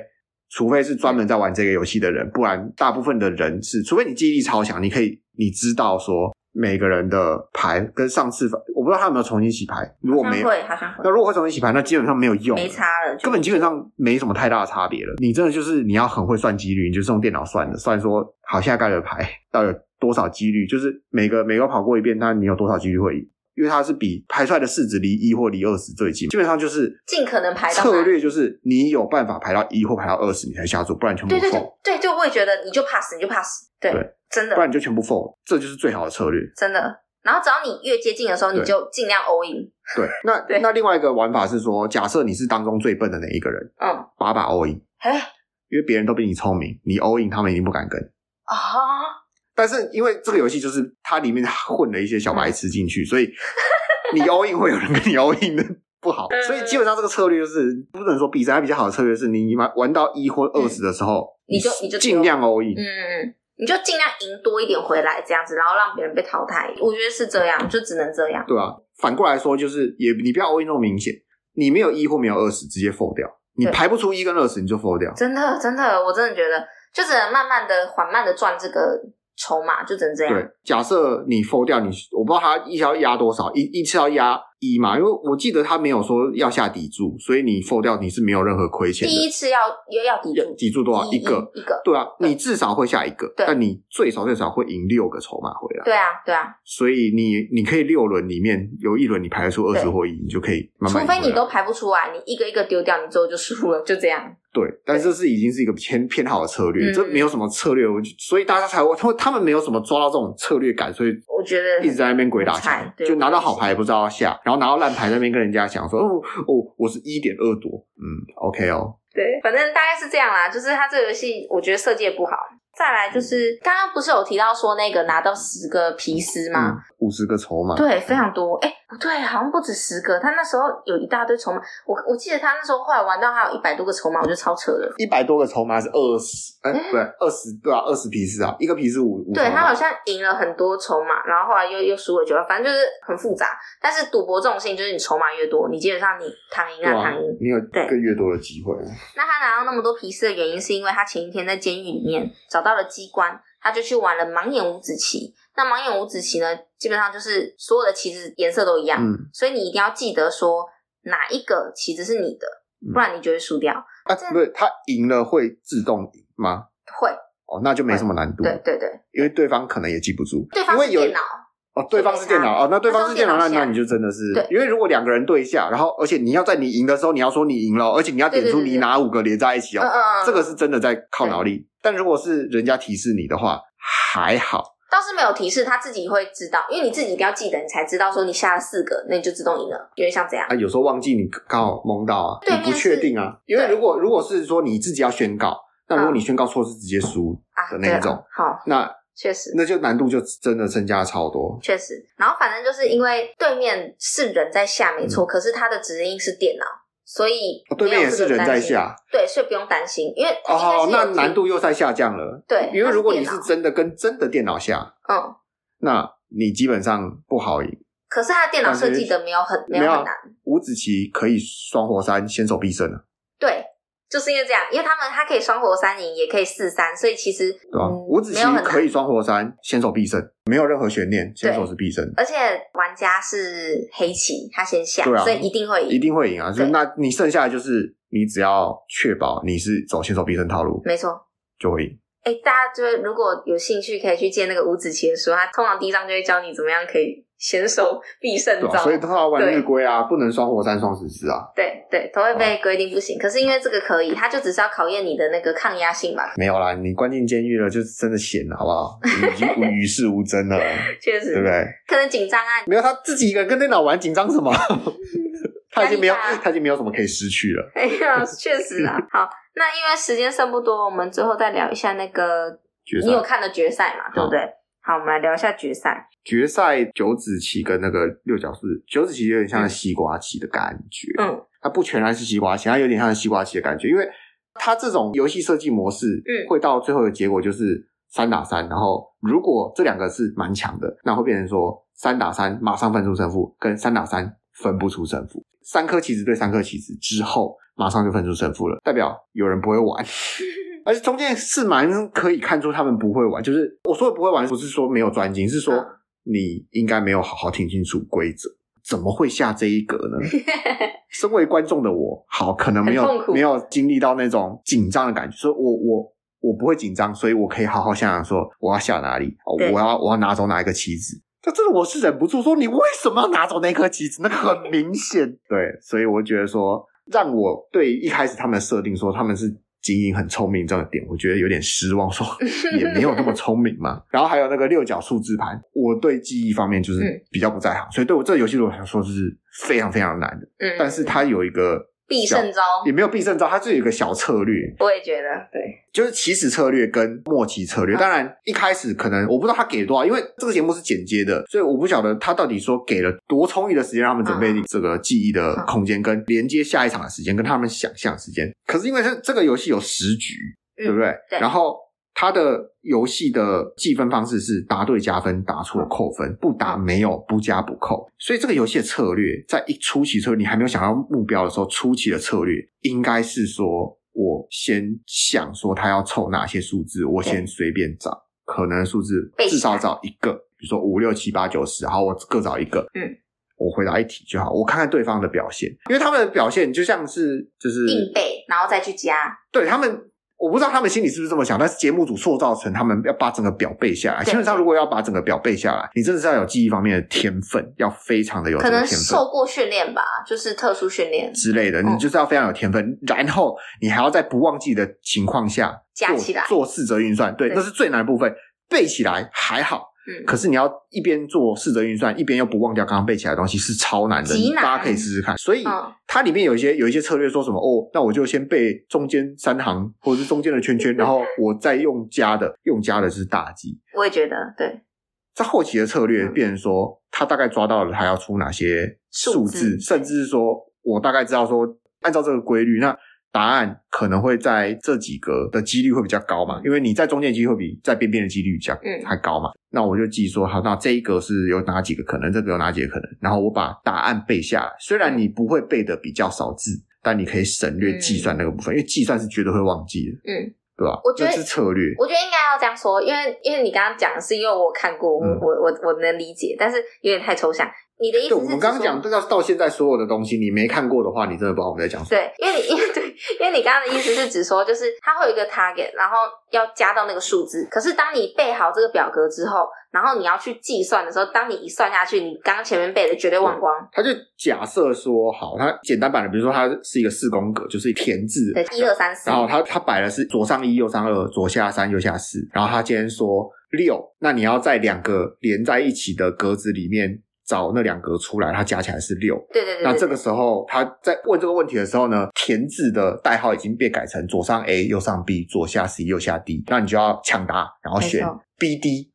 S2: 除非是专门在玩这个游戏的人，不然大部分的人是，除非你记忆力超强，你可以你知道说每个人的牌跟上次，我不知道他有没有重新洗牌，如果
S1: 好
S2: 没
S1: 像
S2: 有，
S1: 会好像会
S2: 那如果会重新洗牌，那基本上没有用了，
S1: 没差了，就
S2: 根本基本上没什么太大的差别了。你真的就是你要很会算几率，你就是用电脑算的，算说好现在盖的牌到底有多少几率，就是每个每个跑过一遍，那你有多少几率会赢？因为它是比排出来的式子离一或离二十最近，基本上就是
S1: 尽可能排到哪
S2: 策略就是你有办法排到一或排到二十，你才下注，不然全部
S1: 对对
S2: fold，
S1: 对对对，我也觉得你就 pass 你就 pass，对，
S2: 对
S1: 真
S2: 不
S1: 的
S2: 然你就全部 fold，这就是最好的策略。
S1: 真的。然后只要你越接近的时候，
S2: 对
S1: 你就尽量 all in。
S2: 对，那
S1: 对
S2: 那另外一个玩法是说，假设你是当中最笨的那一个人，
S1: 嗯，
S2: 把把 all in，
S1: 哎
S2: 因为别人都比你聪明，你 all in 他们一定不敢跟。
S1: 啊，
S2: 但是因为这个游戏就是它里面混了一些小白痴进
S1: 嗯
S2: 去，所以你 all in 会有人跟你 all in 的不好，
S1: 嗯
S2: 所以基本上这个策略就是不能说必胜，它比较好的策略是你玩玩到一或二十的时候，
S1: 嗯你就你就
S2: 尽量 all
S1: 嗯
S2: in。
S1: 嗯，嗯你就尽量赢多一点回来，这样子，然后让别人被淘汰。我觉得是这样，就只能这样。
S2: 对啊，反过来说就是也你不要 all in 那么明显，你没有一或没有二十，直接 fold 掉，你
S1: 对
S2: 排不出一跟二十你就 fold 掉。
S1: 真的真的，我真的觉得就只能慢慢的、缓慢的赚这个筹码，就只能这样。
S2: 对，假设你 fold 掉你，我不知道他一条压多少，一一次要压一嘛，因为我记得他没有说要下底注，所以你 fold 掉你是没有任何亏钱
S1: 第一
S2: 的。
S1: 次要要要抵
S2: 要
S1: 住
S2: 底注多少？一个。
S1: 一个，
S2: 对啊，
S1: 嗯对
S2: 你至少会下一个，
S1: 对
S2: 但你最少最少会赢六个筹码回来，
S1: 对啊对啊，
S2: 所以你你可以六轮里面有一轮你排得出二十
S1: 对
S2: 或一，你就可以慢慢
S1: 除
S2: 赢
S1: 非
S2: 回
S1: 你
S2: 来
S1: 都排不出来，你一个一个丢掉，你最后就输了，就这样。
S2: 对，但这是已经是一个偏偏好的策略，
S1: 嗯
S2: 这没有什么策略，我就所以大家才会他们他们没有什么抓到这种策略感，所以
S1: 我觉得
S2: 一直在那边鬼打墙
S1: 很惨，对
S2: 就拿到好牌也不知道要下，然后拿到烂牌在那边跟人家讲说，哦哦，我是一点二多，嗯，OK 哦，
S1: 对，反正大概是这样啦。就是它这个游戏，我觉得设计也不好。再来
S2: 嗯
S1: 就是刚刚不是有提到说那个拿到十个皮丝吗？
S2: 嗯，五十个筹码，
S1: 对，非常多。哎、不对，好像不止十个。他那时候有一大堆筹码，我我记得他那时候后来玩到还有一百多个筹码，我就超扯了。
S2: 一百多个筹码是二十，哎，
S1: 嗯
S2: 不对，二十对啊，二十皮是啊，一个皮是五五筹
S1: 对他
S2: 码
S1: 好，像赢了很多筹码，然后后来又又输了九个，反正就是很复杂。但是赌博这种事情，就是你筹码越多，你基本上你躺赢
S2: 对
S1: 啊
S2: 啊
S1: 躺赢，。
S2: 你有
S1: 对
S2: 更越多的机会，啊
S1: 那他拿到那么多皮斯的原因，是因为他前一天在监狱里面找到了机关，他就去玩了盲眼五子棋。那盲眼五子棋呢，基本上就是所有的棋子颜色都一样，
S2: 嗯，
S1: 所以你一定要记得说哪一个棋子是你的，不
S2: 嗯
S1: 然你就会输掉。
S2: 啊，
S1: 这
S2: 不是他赢了会自动赢吗？
S1: 会，
S2: 哦，那就没什么难度，
S1: 对对对，
S2: 因为对方可能也记不住，
S1: 对方
S2: 因
S1: 是
S2: 为有
S1: 电脑，
S2: 哦，对方是电脑哦，那对方是电脑，
S1: 那
S2: 那
S1: 时候电脑下
S2: 那你就真的是
S1: 对，
S2: 因为如果两个人对一下，然后而且你要在你赢的时候，你要说你赢了，而且你要点
S1: 对对
S2: 出
S1: 对对
S2: 你哪五个连在一起
S1: 嗯
S2: 哦，
S1: 嗯嗯，
S2: 这个是真的在靠脑力。但如果是人家提示你的话，还好，
S1: 倒是没有提示，他自己会知道，因为你自己一定要记得，你才知道说你下了四个，那你就自动赢了，有点像这样。
S2: 啊，有时候忘记你刚好蒙到啊，
S1: 对
S2: 你不确定啊，因为如果如果是说你自己要宣告，那如果
S1: 嗯
S2: 你宣告错是直接输
S1: 啊，
S2: 哎的
S1: 对
S2: 那
S1: 啊
S2: 一种，嗯
S1: 好，
S2: 那
S1: 确实。
S2: 那就难度就真的增加了超多。
S1: 确实，然后反正就是因为对面是人在下，没错，可是他的指令是电脑，所以
S2: 嗯哦对面也是人
S1: 没
S2: 在
S1: 有这个担心，
S2: 下，
S1: 对，所以不用担心，因为它应该
S2: 哦
S1: 是，有
S2: 那
S1: 指
S2: 难度又在下降了。
S1: 对
S2: 因为如果你
S1: 它是电
S2: 是
S1: 脑
S2: 真的跟真的电脑下，
S1: 嗯，
S2: 那你基本上不好赢。
S1: 可是他的电脑设计的没有很没有
S2: 没有
S1: 很难，
S2: 五子棋可以双活三，先手必胜啊了，
S1: 对，就是因为这样，因为他们他可以双活三赢，也可以四三，所以其实
S2: 对吧？
S1: 嗯
S2: 五子
S1: 没
S2: 棋
S1: 有很
S2: 可
S1: 难，
S2: 以双活三，先手必胜，没有任何悬念，先手是必胜，
S1: 而且玩家是黑棋，他先下，
S2: 对啊
S1: 所以一定会
S2: 一
S1: 赢，
S2: 定会赢啊！所以
S1: 对
S2: 那你剩下的就是你只要确保你是走先手必胜套路
S1: 没错。
S2: 就会赢。
S1: 哎，大家就是如果有兴趣，可以去借那个五子棋的书，它通常第一章就会教你怎么样可以先手必胜
S2: 对
S1: 招。
S2: 吧？所以他要玩
S1: 对
S2: 日规啊，不能双活三、双十四啊，
S1: 对对，都会被规定不行。可是因为这个可以，它就只是要考验你的那个抗压性吧。
S2: 没有啦，你关进监狱了，就是真的闲了，好不好？已经无与世无 争了，
S1: 确
S2: 对不
S1: 实，
S2: 对？
S1: 可能紧张啊，
S2: 没有他自己一个人跟电脑玩，紧张 什么？他已经没有
S1: 压力大，
S2: 他已经没有什么可以失去了。
S1: 哎呀，确实啊。好，那因为时间剩不多，我们最后再聊一下那个
S2: 决赛
S1: 你有看的决赛嘛，对不对？好，我们来聊一下决赛。
S2: 决赛九子棋跟那个六角是九子棋有点像西瓜棋的感觉，
S1: 嗯，
S2: 它不全然是西瓜棋，它有点像西瓜棋的感觉，因为它这种游戏设计模式，
S1: 嗯
S2: 会到最后的结果就是三打三，然后如果这两个是蛮强的，那会变成说三打三马上分出胜负，跟三打三分不出胜负，三颗棋子对三颗棋子之后马上就分出胜负了，代表有人不会玩。而且中间是蛮可以看出他们不会玩，就是我说的不会玩，不是说没有专精，是说
S1: 嗯
S2: 你应该没有好好听清楚规则，怎么会下这一格 呢？身为观众的我，好，可能没
S1: 很痛
S2: 有
S1: 苦
S2: 没有经历到那种紧张的感觉，所以我我我不会紧张，所以我可以好好想想说我要下哪里，哦
S1: 对
S2: 我要我要拿走哪一个棋子。这这我是忍不住说，你为什么要拿走那颗棋子？那个很 明显，对，所以我觉得说，让我对一开始他们的设定说他们是精英很聪明这样的点，我觉得有点失望，说也没有那么 聪明嘛。 然后还有那个六角数字盘，我对记忆方面就是
S1: 嗯
S2: 比较不在行，所以对我这个游戏对我来说是非常非常难的。
S1: 嗯，
S2: 但是它有一个
S1: 必
S2: 小
S1: 胜招
S2: 也，没有必胜招，它是有一个小策略，
S1: 我也觉得对，
S2: 就是起始策略跟末期策略。
S1: 嗯
S2: 当然，一开始可能我不知道他给多少，因为这个节目是剪接的，所以我不晓得他到底说给了多充裕的时间让他们准备
S1: 嗯
S2: 这个记忆的
S1: 嗯
S2: 空间，跟连接下一场的时间，跟他们想象时间。可是因为这这个游戏有十局，
S1: 嗯
S2: 对不对？
S1: 对
S2: 然后它的游戏的计分方式是答对加分，答
S1: 嗯
S2: 错扣分，不答没有，不加不扣。所以这个游戏的策略，在一初期策略你还没有想到目标的时候，初期的策略应该是说我先想说他要凑哪些数字，我先随便找，可能数字
S1: 背
S2: 至少
S1: 下
S2: 找一个，比如说五六七八九十，好，我各找一个，
S1: 嗯。
S2: 我回答一题就好，我看看对方的表现，因为他们的表现就像是就是
S1: 硬背然后再去加，
S2: 对他们，我不知道他们心里是不是这么想，但是节目组塑造成他们要把整个表背下来。
S1: 对
S2: 基本上，如果要把整个表背下来，你真的是要有记忆方面的天分，要非常的有啊这
S1: 可
S2: 个
S1: 能
S2: 天分
S1: 受过训练吧，就是特殊训练
S2: 之类的，
S1: 嗯
S2: 你就是要非常有天分。然后你还要在不忘记的情况下
S1: 加
S2: 做
S1: 起来
S2: 做四则运算，对，
S1: 对
S2: 那是最难的部分。背起来还好，
S1: 嗯
S2: 可是你要一边做四则运算，一边又不忘掉刚刚背起来的东西，是超难的。
S1: 极难
S2: 大家可以试试看。所以
S1: 嗯
S2: 它里面有一些有一些策略，说什么哦，那我就先背中间三行或者是中间的圈圈，然后我再用加的，用加的是大忌。
S1: 我也觉得对，
S2: 在后期的策略，
S1: 嗯
S2: 变成说他大概抓到了他要出哪些数
S1: 数
S2: 字，
S1: 字
S2: 甚至是说我大概知道说，按照这个规律，那答案可能会在这几个的几率会比较高嘛，因为你在中间的几率会比在边边的几率比较
S1: 嗯
S2: 还高嘛。那我就记说，好，那这一个是有哪几个可能，这个有哪几个可能，然后我把答案背下来。虽然你不会背的比较少字，但你可以省略计算那个部分，因为计算是绝对会忘记的，
S1: 嗯。
S2: 对吧？
S1: 我觉得
S2: 这是策略。
S1: 我觉得应该要这样说，因为因为你刚刚讲的是因为我看过，我
S2: 嗯
S1: 我我我能理解，但是有点太抽象。你的意思哎
S2: 对，
S1: 是
S2: 我们刚刚
S1: 指说
S2: 讲这个到现在所有的东西，你没看过的话，你真的不知道我们在讲什么。
S1: 对，因为你 因为对，因为你刚刚的意思是指说，就是它会有一个 target，然后要加到那个数字。可是当你背好这个表格之后，然后你要去计算的时候，当你一算下去，你刚刚前面背的绝对忘光。
S2: 他就假设说，好，它简单版的，比如说它是一个四宫格，就是田字，
S1: 对，一二三四
S2: 然，后它它摆的是左上一，右上二，左下三，右下四。然后他今天说六，那你要在两个连在一起的格子里面找那两格出来，它加起来是六。
S1: 对对对对，
S2: 那这个时候，他在问这个问题的时候呢，田字的代号已经被改成左上 A，右上 B，左下 C，右下 D。那你就要抢答，然后选
S1: 没错
S2: B D。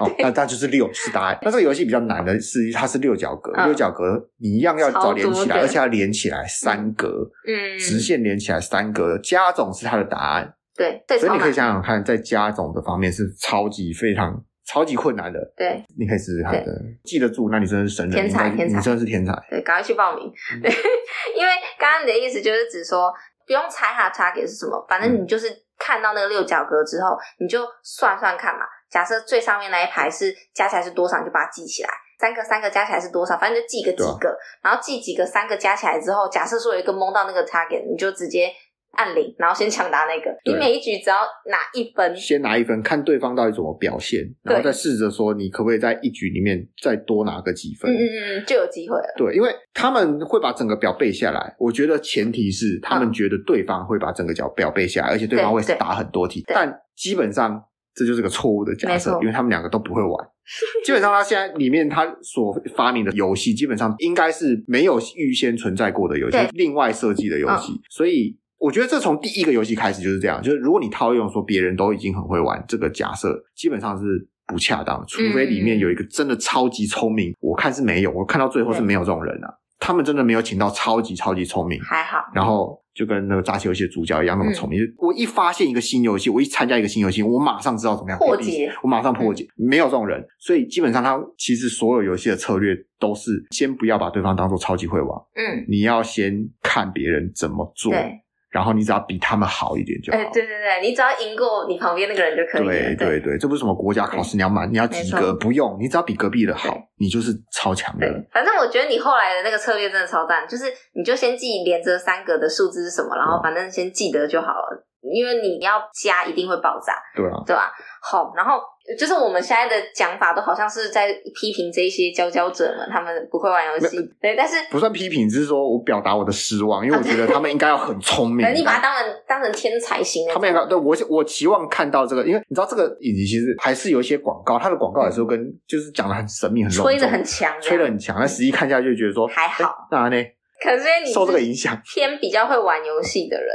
S2: 哦，那那就是六是答案。那这个游戏比较难的是，它是六角格，
S1: 嗯
S2: 六角格你一样要找连起
S1: 超多
S2: 来，
S1: 的
S2: 而且要连起来三格，
S1: 嗯，
S2: 直线连起来三格，加总是它的答案。
S1: 对，对，
S2: 所以
S1: 超
S2: 你可以
S1: 难，
S2: 想想看，在加总的方面是超级非常超级困难的，
S1: 对
S2: 你可以试试看的。记得住，那你真的是神人，
S1: 天才
S2: 你
S1: 天才
S2: 你真的是天才。
S1: 对，赶快去报名。
S2: 嗯
S1: 对，因为刚刚你的意思就是指说，不用猜它的 target 是什么，反
S2: 嗯
S1: 正你就是看到那个六角格之后，你就算算看嘛。假设最上面那一排是加起来是多少，你就把它记起来。三个三个加起来是多少？反正就记个
S2: 啊
S1: 几个，然后记几个三个加起来之后，假设说有一个蒙到那个 target，你就直接按零，然后先抢答那个。
S2: 对
S1: 你每一局只要拿一分，
S2: 先拿一分，看对方到底怎么表现，
S1: 对
S2: 然后再试着说你可不可以在一局里面再多拿个几
S1: 嗯
S2: 分。
S1: 嗯嗯，就有机会了。
S2: 对，因为他们会把整个表背下来，我觉得前提是他们觉得对方会把整个表表背下来，而且对方会
S1: 对对
S2: 打很多题，
S1: 对
S2: 但基本上这就是个错误的假
S1: 没
S2: 设，
S1: 错
S2: 因为他们两个都不会玩。 基本上，他现在里面他所发明的游戏，基本上应该是没有预先存在过的游戏
S1: 对，嗯
S2: 另外设计的游戏，所以。我觉得这从第一个游戏开始就是这样，就是如果你套用说别人都已经很会玩这个假设，基本上是不恰当的，除非里面有一个真的超级聪明，我看是没有，我看到最后
S1: 嗯
S2: 是
S1: 对嗯
S2: 没有这种人啊。他们真的没有请到超级超级聪明，
S1: 还好，
S2: 然后就跟那个扎西游戏的主角一样那么聪
S1: 嗯
S2: 明。我一发现一个新游戏，我一参加一个新游戏，我马上知道怎么样
S1: 破
S2: 规避
S1: 解
S2: 我马上
S1: 嗯
S2: 破解。没有这种人，所以基本上他其实所有游戏的策略都是先不要把对方当做超级会玩，
S1: 嗯，
S2: 你要先看别人怎么做，
S1: 对，
S2: 然后你只要比他们好一点就好。
S1: 哎、对对对，你只要赢过你旁边那个人就可以了。
S2: 对对对，这不是什么国家考试，你要满，你要及
S1: 没
S2: 格，
S1: 错
S2: 不用，你只要比隔壁的
S1: 对
S2: 好，你就是超强的。
S1: 对，反正我觉得你后来的那个策略真的超赞，就是你就先记连着三格的数字是什么，
S2: 嗯
S1: 然后反正先记得就好了，因为你要加一定会爆炸，
S2: 对啊，
S1: 对吧？好，然后就是我们现在的讲法都好像是在批评这一些佼�佼者们，他们不会玩游戏，对，但是
S2: 不算批评，只是说我表达我的失望，因为我觉得他们应该要很聪 明
S1: 可。能啊你把它当成当成天才型的，
S2: 他们也对我我期望看到这个，因为你知道这个影集其实还是有一些广告，它的广告有时候跟就是讲的很神秘、很隆重
S1: 吹的很强，啊
S2: 吹的很强，但实际看下去就觉得说
S1: 还好。
S2: 哎那呢
S1: 可是因为你
S2: 受这个
S1: 是
S2: 影响
S1: 偏比较会玩游戏的人，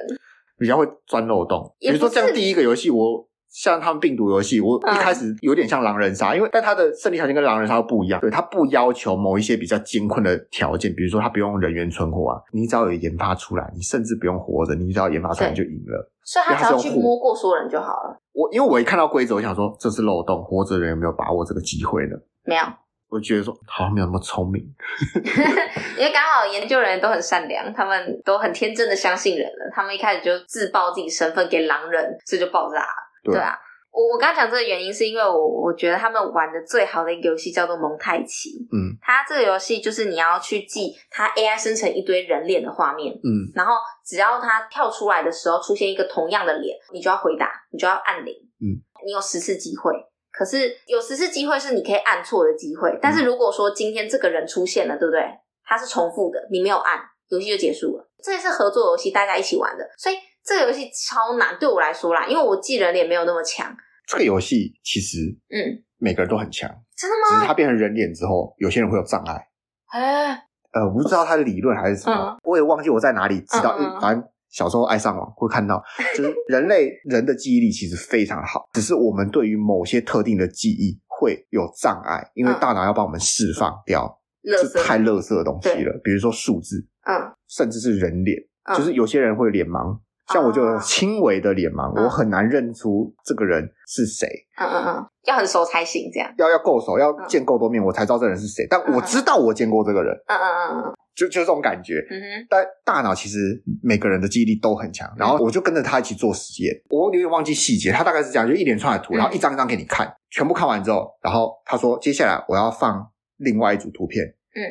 S2: 比较会钻漏洞。比
S1: 也不
S2: 如说
S1: 是
S2: 像第一个游戏我。像他们病毒游戏，我
S1: 嗯
S2: 一开始有点像狼人杀，因为但它的胜利条件跟狼人杀又不一样，对它不要求某一些比较艰困的条件，比如说它不用人员存活啊，你只要有研发出来，你甚至不用活着，你只要研发出来你就
S1: 对
S2: 赢了。
S1: 所以他
S2: 因为他
S1: 只
S2: 是
S1: 要
S2: 用
S1: 去
S2: 互
S1: 摸过所有人就好了。
S2: 我因为我一看到规则，我想说这是漏洞，活着的人有没有把握这个机会呢？
S1: 没有，
S2: 我觉得说好像没有那么聪明，
S1: 因为刚好研究人员都很善良，他们都很天真的相信人了。他们一开始就自爆自己身份给狼人，这就爆炸了。
S2: 对
S1: 啊，我我刚刚讲这个原因是因为我我觉得他们玩的最好的一个游戏叫做蒙太奇。
S2: 嗯
S1: 它这个游戏就是你要去记它 AI 生成一堆人脸的画面，
S2: 嗯
S1: 然后只要它跳出来的时候出现一个同样的脸，你就要回答，你就要按铃。
S2: 嗯，
S1: 你有十次机会，可是有十次机会是你可以按错的机会。
S2: 嗯
S1: 但是如果说今天这个人出现了，对不对？它是重复的，你没有按，游戏就结束了。这也是合作游戏，大家一起玩的，所以这个游戏超难，对我来说啦，因为我记人脸没有那么强。
S2: 这个游戏其实
S1: 嗯，
S2: 每个人都很强，
S1: 真的
S2: 只
S1: 吗？
S2: 是它变成人脸之后，有些人会有障碍。
S1: 哎，
S2: 呃，我不知道它的理论还是什么，我也忘记我在哪里知道，
S1: 嗯嗯嗯
S2: 反正。小时候爱上网会看到，就是人类人的记忆力其实非常好，只是我们对于某些特定的记忆会有障碍，因为
S1: 嗯
S2: 大脑要帮我们释放掉
S1: 乐
S2: 这
S1: 色，
S2: 太垃圾的东西了，比如说数字，
S1: 嗯，
S2: 甚至是人脸，
S1: 嗯
S2: 就是有些人会脸盲，像我就有
S1: 哦
S2: 轻微的脸盲，
S1: 嗯
S2: 我很难认出这个人是谁，
S1: 嗯嗯嗯，要很熟才行，这样。
S2: 要要够熟，要
S1: 嗯
S2: 见够多面，我才知道这人是谁，但
S1: 嗯
S2: 我知道我见过这个人，
S1: 嗯嗯嗯嗯
S2: 就就这种感觉。
S1: 嗯哼，
S2: 但大脑其实每个人的记忆力都很强，然后我就跟着他一起做实验，我有点忘记细节，他大概是这样，就一连串的图，
S1: 嗯
S2: 然后一张一张给你看，全部看完之后，然后他说接下来我要放另外一组图片，
S1: 嗯，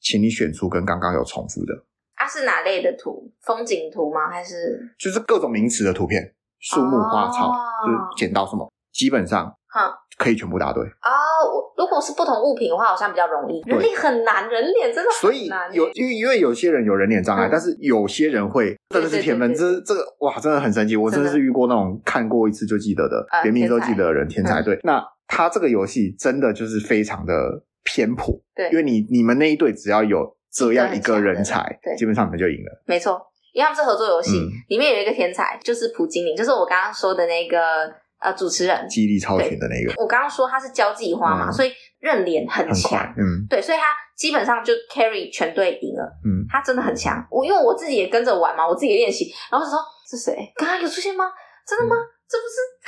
S2: 请你选出跟刚刚有重复的。
S1: 啊是哪类的图？风景图吗？还是
S2: 就是各种名词的图片，树木、花草，
S1: 哦
S2: 就是捡到什么，基本上
S1: 哼？
S2: 可以全部答对。
S1: 哦，我如果是不同物品的话，好像比较容易。
S2: 对
S1: 人脸很难，人脸真的
S2: 所
S1: 很
S2: 以
S1: 难欸。
S2: 有，因为因为有些人有人脸障
S1: 嗯
S2: 碍，但是有些人会真的是天分，
S1: 对对
S2: 这这个哇，真的很神奇。我真的
S1: 真的
S2: 是遇过那种看过一次就记得的，
S1: 呃
S2: 连名字都
S1: 天才
S2: 记得的人，天才。
S1: 嗯
S2: 对，那他这个游戏真的就是非常的偏颇，
S1: 对
S2: 因为你你们那一队只要有这样一个人才
S1: 对，
S2: 基本上你们就赢了。
S1: 没错，因为他们是合作游戏，
S2: 嗯
S1: 里面有一个天才就是蒲精灵，就是我刚刚说的那个呃主持人。
S2: 记忆力超群的那个，
S1: 我刚刚说他是交际花嘛，
S2: 嗯
S1: 所以认脸很
S2: 很
S1: 强
S2: 快。，嗯
S1: 对，所以他基本上就 carry 全队赢了，
S2: 嗯，
S1: 他真的很强。我因为我自己也跟着玩嘛，我自己也练习，然后就说是谁？刚刚有出现吗？真的吗？
S2: 嗯
S1: 这不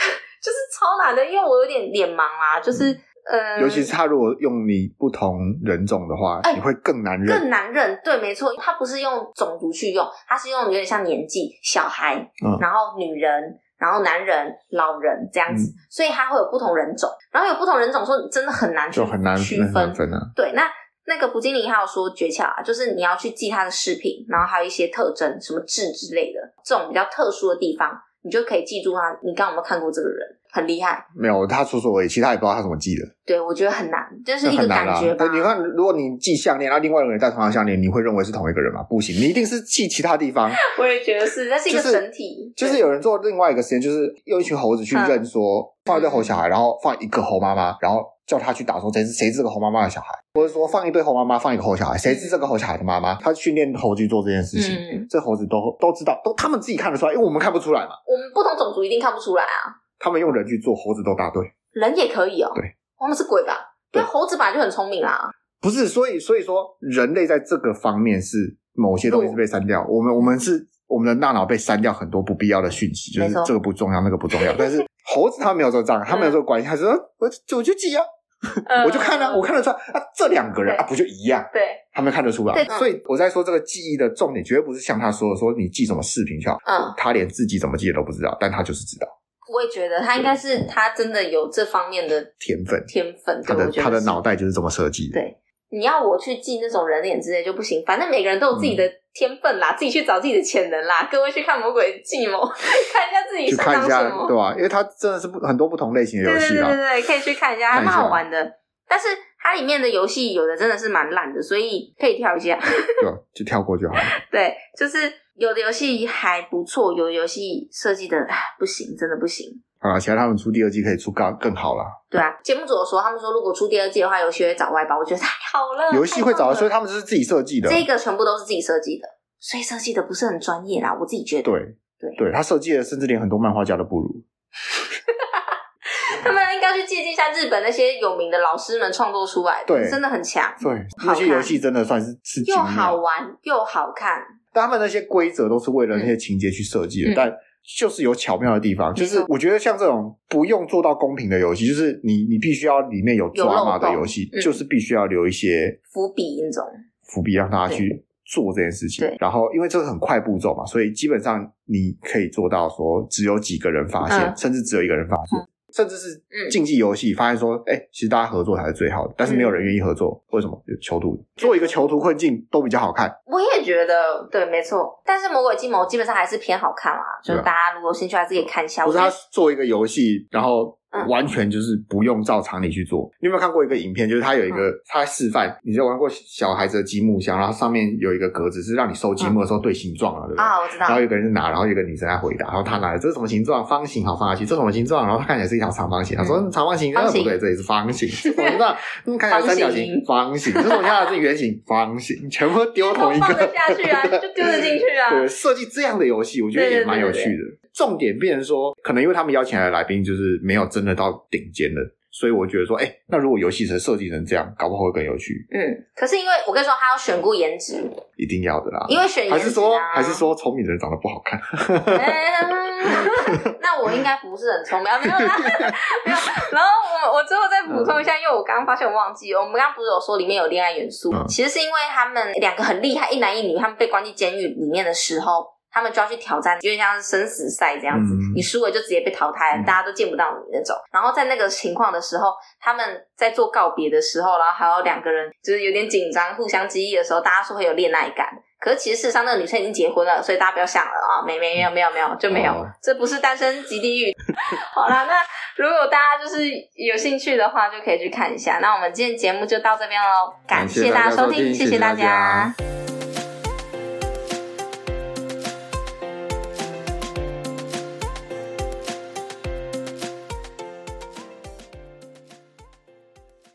S1: 是 就是超难的，因为我有点脸盲啦，就是、呃，
S2: 嗯尤其是他如果用你不同人种的话，
S1: 哎
S2: 你会更难认。
S1: 更难认，对，没错，他不是用种族去用，他是用有点像年纪、小孩，
S2: 嗯
S1: 然后女人，然后男人、老人这样子，
S2: 嗯
S1: 所以他会有不同人种，然后有不同人种，说你真的很难去
S2: 就很难
S1: 区
S2: 很难分啊。
S1: 对，那那个蒲精灵还有说诀窍啊，就是你要去记它的饰品，然后还有一些特征，什么痣之类的，这种比较特殊的地方，你就可以记住他。你刚刚有没有看过这个人？很厉害，
S2: 没有，他说说而已，其他也不知道他怎么记的，
S1: 对我觉得很难，就是
S2: 那
S1: 一个
S2: 很难
S1: 感
S2: 啦
S1: 觉。吧。
S2: 但你看，如果你记项链，然后另外一个人戴同样项链，你会认为是同一个人吗？不行，你一定是记其他地 方。
S1: 我也觉得是，它是一个
S2: 就是
S1: 整体，
S2: 就是有人做另外一个实验，就是用一群猴子去
S1: 嗯
S2: 认说，放一对猴小孩，然后放一个猴妈妈，然后叫他去打说谁是谁是这个猴妈妈的小孩，或者说放一对猴妈妈，放一个猴小孩，谁是这个猴小孩的妈妈？他训练猴去做这件事情，
S1: 嗯，
S2: 这猴子都都知道，都他们自己看得出来，因为我们看不出来嘛。
S1: 我们不同种族一定看不出来啊，
S2: 他们用人去做，猴子都答对。
S1: 人也可以哦。
S2: 对，
S1: 他们是鬼吧？因
S2: 对
S1: 为猴子本来就很聪明啊。
S2: 不是，所以所以说，人类在这个方面是某些东西是被删掉。我们我们是我们的大脑被删掉很多不必要的讯息，就
S1: 嗯没
S2: 是
S1: 错
S2: 这个不重要，那个不重 要。但是猴子他没有这个障碍，他没有这个关系，他说我就我就记啊， 我就看啊，我看得出来啊，这两个人
S1: 嗯对
S2: 啊不就一样，
S1: 呃 对，
S2: 他们看得出来
S1: 对。嗯
S2: 所以我在说这个记忆的重点，绝对不是像他说的说你记什么视频就好，
S1: 嗯，
S2: 他连自己怎么记的都不知道，但他就是知道
S1: 我也觉得他应该是他真的有这方面 的
S2: 天分，
S1: 天分，
S2: 他
S1: 对，
S2: 的
S1: 我觉得
S2: 他的
S1: 是
S2: 脑袋就是这么设计的。嗯
S1: 对。你要我去记那种人脸之类就不行，反正每个人都有自己的天分啦，自己去找自己的潜能啦。各位去看《魔鬼计谋》， 看一下自己
S2: 去
S1: 擅
S2: 看
S1: 长
S2: 一
S1: 什
S2: 下，
S1: 么。
S2: 对吧、因为它真的是不很多不同类型的游
S1: 对
S2: 戏
S1: 对对
S2: 啦。
S1: 对，可以去看一下，还
S2: 看一
S1: 蛮
S2: 下
S1: 好玩的。但是它里面的游戏有的真的是蛮烂的，所以可以跳一下。
S2: 对，就跳过就好了。
S1: 对，就是有的游戏还不错，有的游戏设计的唉不行，真的不行。
S2: 好了，期待他们出第二季可以出更更好啦。
S1: 对啊，节目组有说，他们说如果出第二季的话，游戏会找外包，我觉得太好了。
S2: 游戏
S1: 嗯
S2: 会
S1: 太棒
S2: 找，啊
S1: 了
S2: 所以他们是自己设计的。
S1: 这个全部都是自己设计的，所以设计的不是很专业啦，我自己觉得。
S2: 对
S1: 对
S2: 对，他设计的甚至连很多漫画家都不如。
S1: 他们应该去借鉴一下日本那些有名的老师们创作出来的，
S2: 对
S1: 真的很强，
S2: 对，
S1: 好
S2: 那
S1: 看
S2: 些游戏真的算是是
S1: 又
S2: 精妙
S1: 好玩又好看。
S2: 但他们那些规则都是为了那些情节去设计的，
S1: 嗯
S2: 但就是有巧妙的地方。
S1: 错
S2: 就是我觉得像这种不用做到公平的游戏，就是你你必须要里面有抓马的游戏
S1: 有漏，洞嗯
S2: 就是必须要留一些
S1: 伏笔那种，
S2: 伏笔让大家去做这件事情
S1: 对。
S2: 然后因为这是很快步骤嘛，所以基本上你可以做到说只有几个人发现，
S1: 嗯
S2: 甚至只有一个人发现。甚至是
S1: 嗯
S2: 竞技游戏，发现说，哎、其实大家合作才是最好的，但是没
S1: 嗯
S2: 有人愿意合作，为什么？有囚徒做一个囚徒困境都比较好看，
S1: 我也觉得对，没错。但是《魔鬼计谋》基本上还是偏好看啦，就是
S2: 对啊
S1: 大家如果有兴趣还是可以看一下。
S2: 不
S1: 我
S2: 是
S1: 觉
S2: 他
S1: 得
S2: 做一个游戏，然后
S1: 嗯
S2: 完全就是不用照常理去做。你有没有看过一个影片？就是他有一个
S1: 嗯
S2: 他在示范，你就玩过小孩子的积木箱，然后上面有一个格子是让你收积木的时候对形状啊，对不对？
S1: 啊，我知道
S2: 然后，有个人就拿，然后有一个女生在回答，然后她拿了这是什么形状？方形，好放下去。这是什么形状？然后她看起来是一条长方形。她说
S1: 嗯
S2: 嗯长方形，
S1: 方
S2: 那
S1: 形
S2: 不对，这里是 方形。这是什么形状？嗯，看起来三角形，方形。这是什么形状？是圆形，方形。 全部丢同一
S1: 放得
S2: 个。
S1: 下去啊，就丢得进去啊。
S2: 对，设计这样的游戏，我觉得也蛮有趣的。
S1: 对
S2: 重点变成说，可能因为他们邀请来的来宾就是没有真的到顶尖的，所以我觉得说，哎、那如果游戏成设计成这样，搞不好会更有趣，
S1: 嗯，可是因为我跟你说，他要选过颜值，
S2: 一定要的啦。
S1: 因为选颜
S2: 还
S1: 值、啊、
S2: 是说，还是说聪明的人长得不好看？
S1: 嗯 那我应该不是很聪明，啊没有啦， 没有。然后我我最后再补充一下，因为我刚刚发现我忘记，我们刚刚不是有说里面有恋爱元素，
S2: 嗯
S1: 其实是因为他们两个很厉害，一男一女，他们被关进监狱里面的时候，他们就要去挑战，有点像是生死赛这样子，
S2: 嗯
S1: 你输了就直接被淘汰了，
S2: 嗯
S1: 大家都见不到你那种。然后在那个情况的时候，他们在做告别的时候，然后还有两个人就是有点紧张，互相激励的时候，大家说会有恋爱感。可是其实事实上，那个女生已经结婚了，所以大家不要想了啊、没没没有没有没有就没有，
S2: 嗯哦
S1: 这不是单身即地 狱。好啦，那如果大家就是有兴趣的话，就可以去看一下。那我们今天节目就到这边喽，感
S2: 感谢
S1: 大家
S2: 大家
S1: 收
S2: 收听
S1: 听，谢
S2: 谢谢
S1: 大
S2: 大家
S1: 家。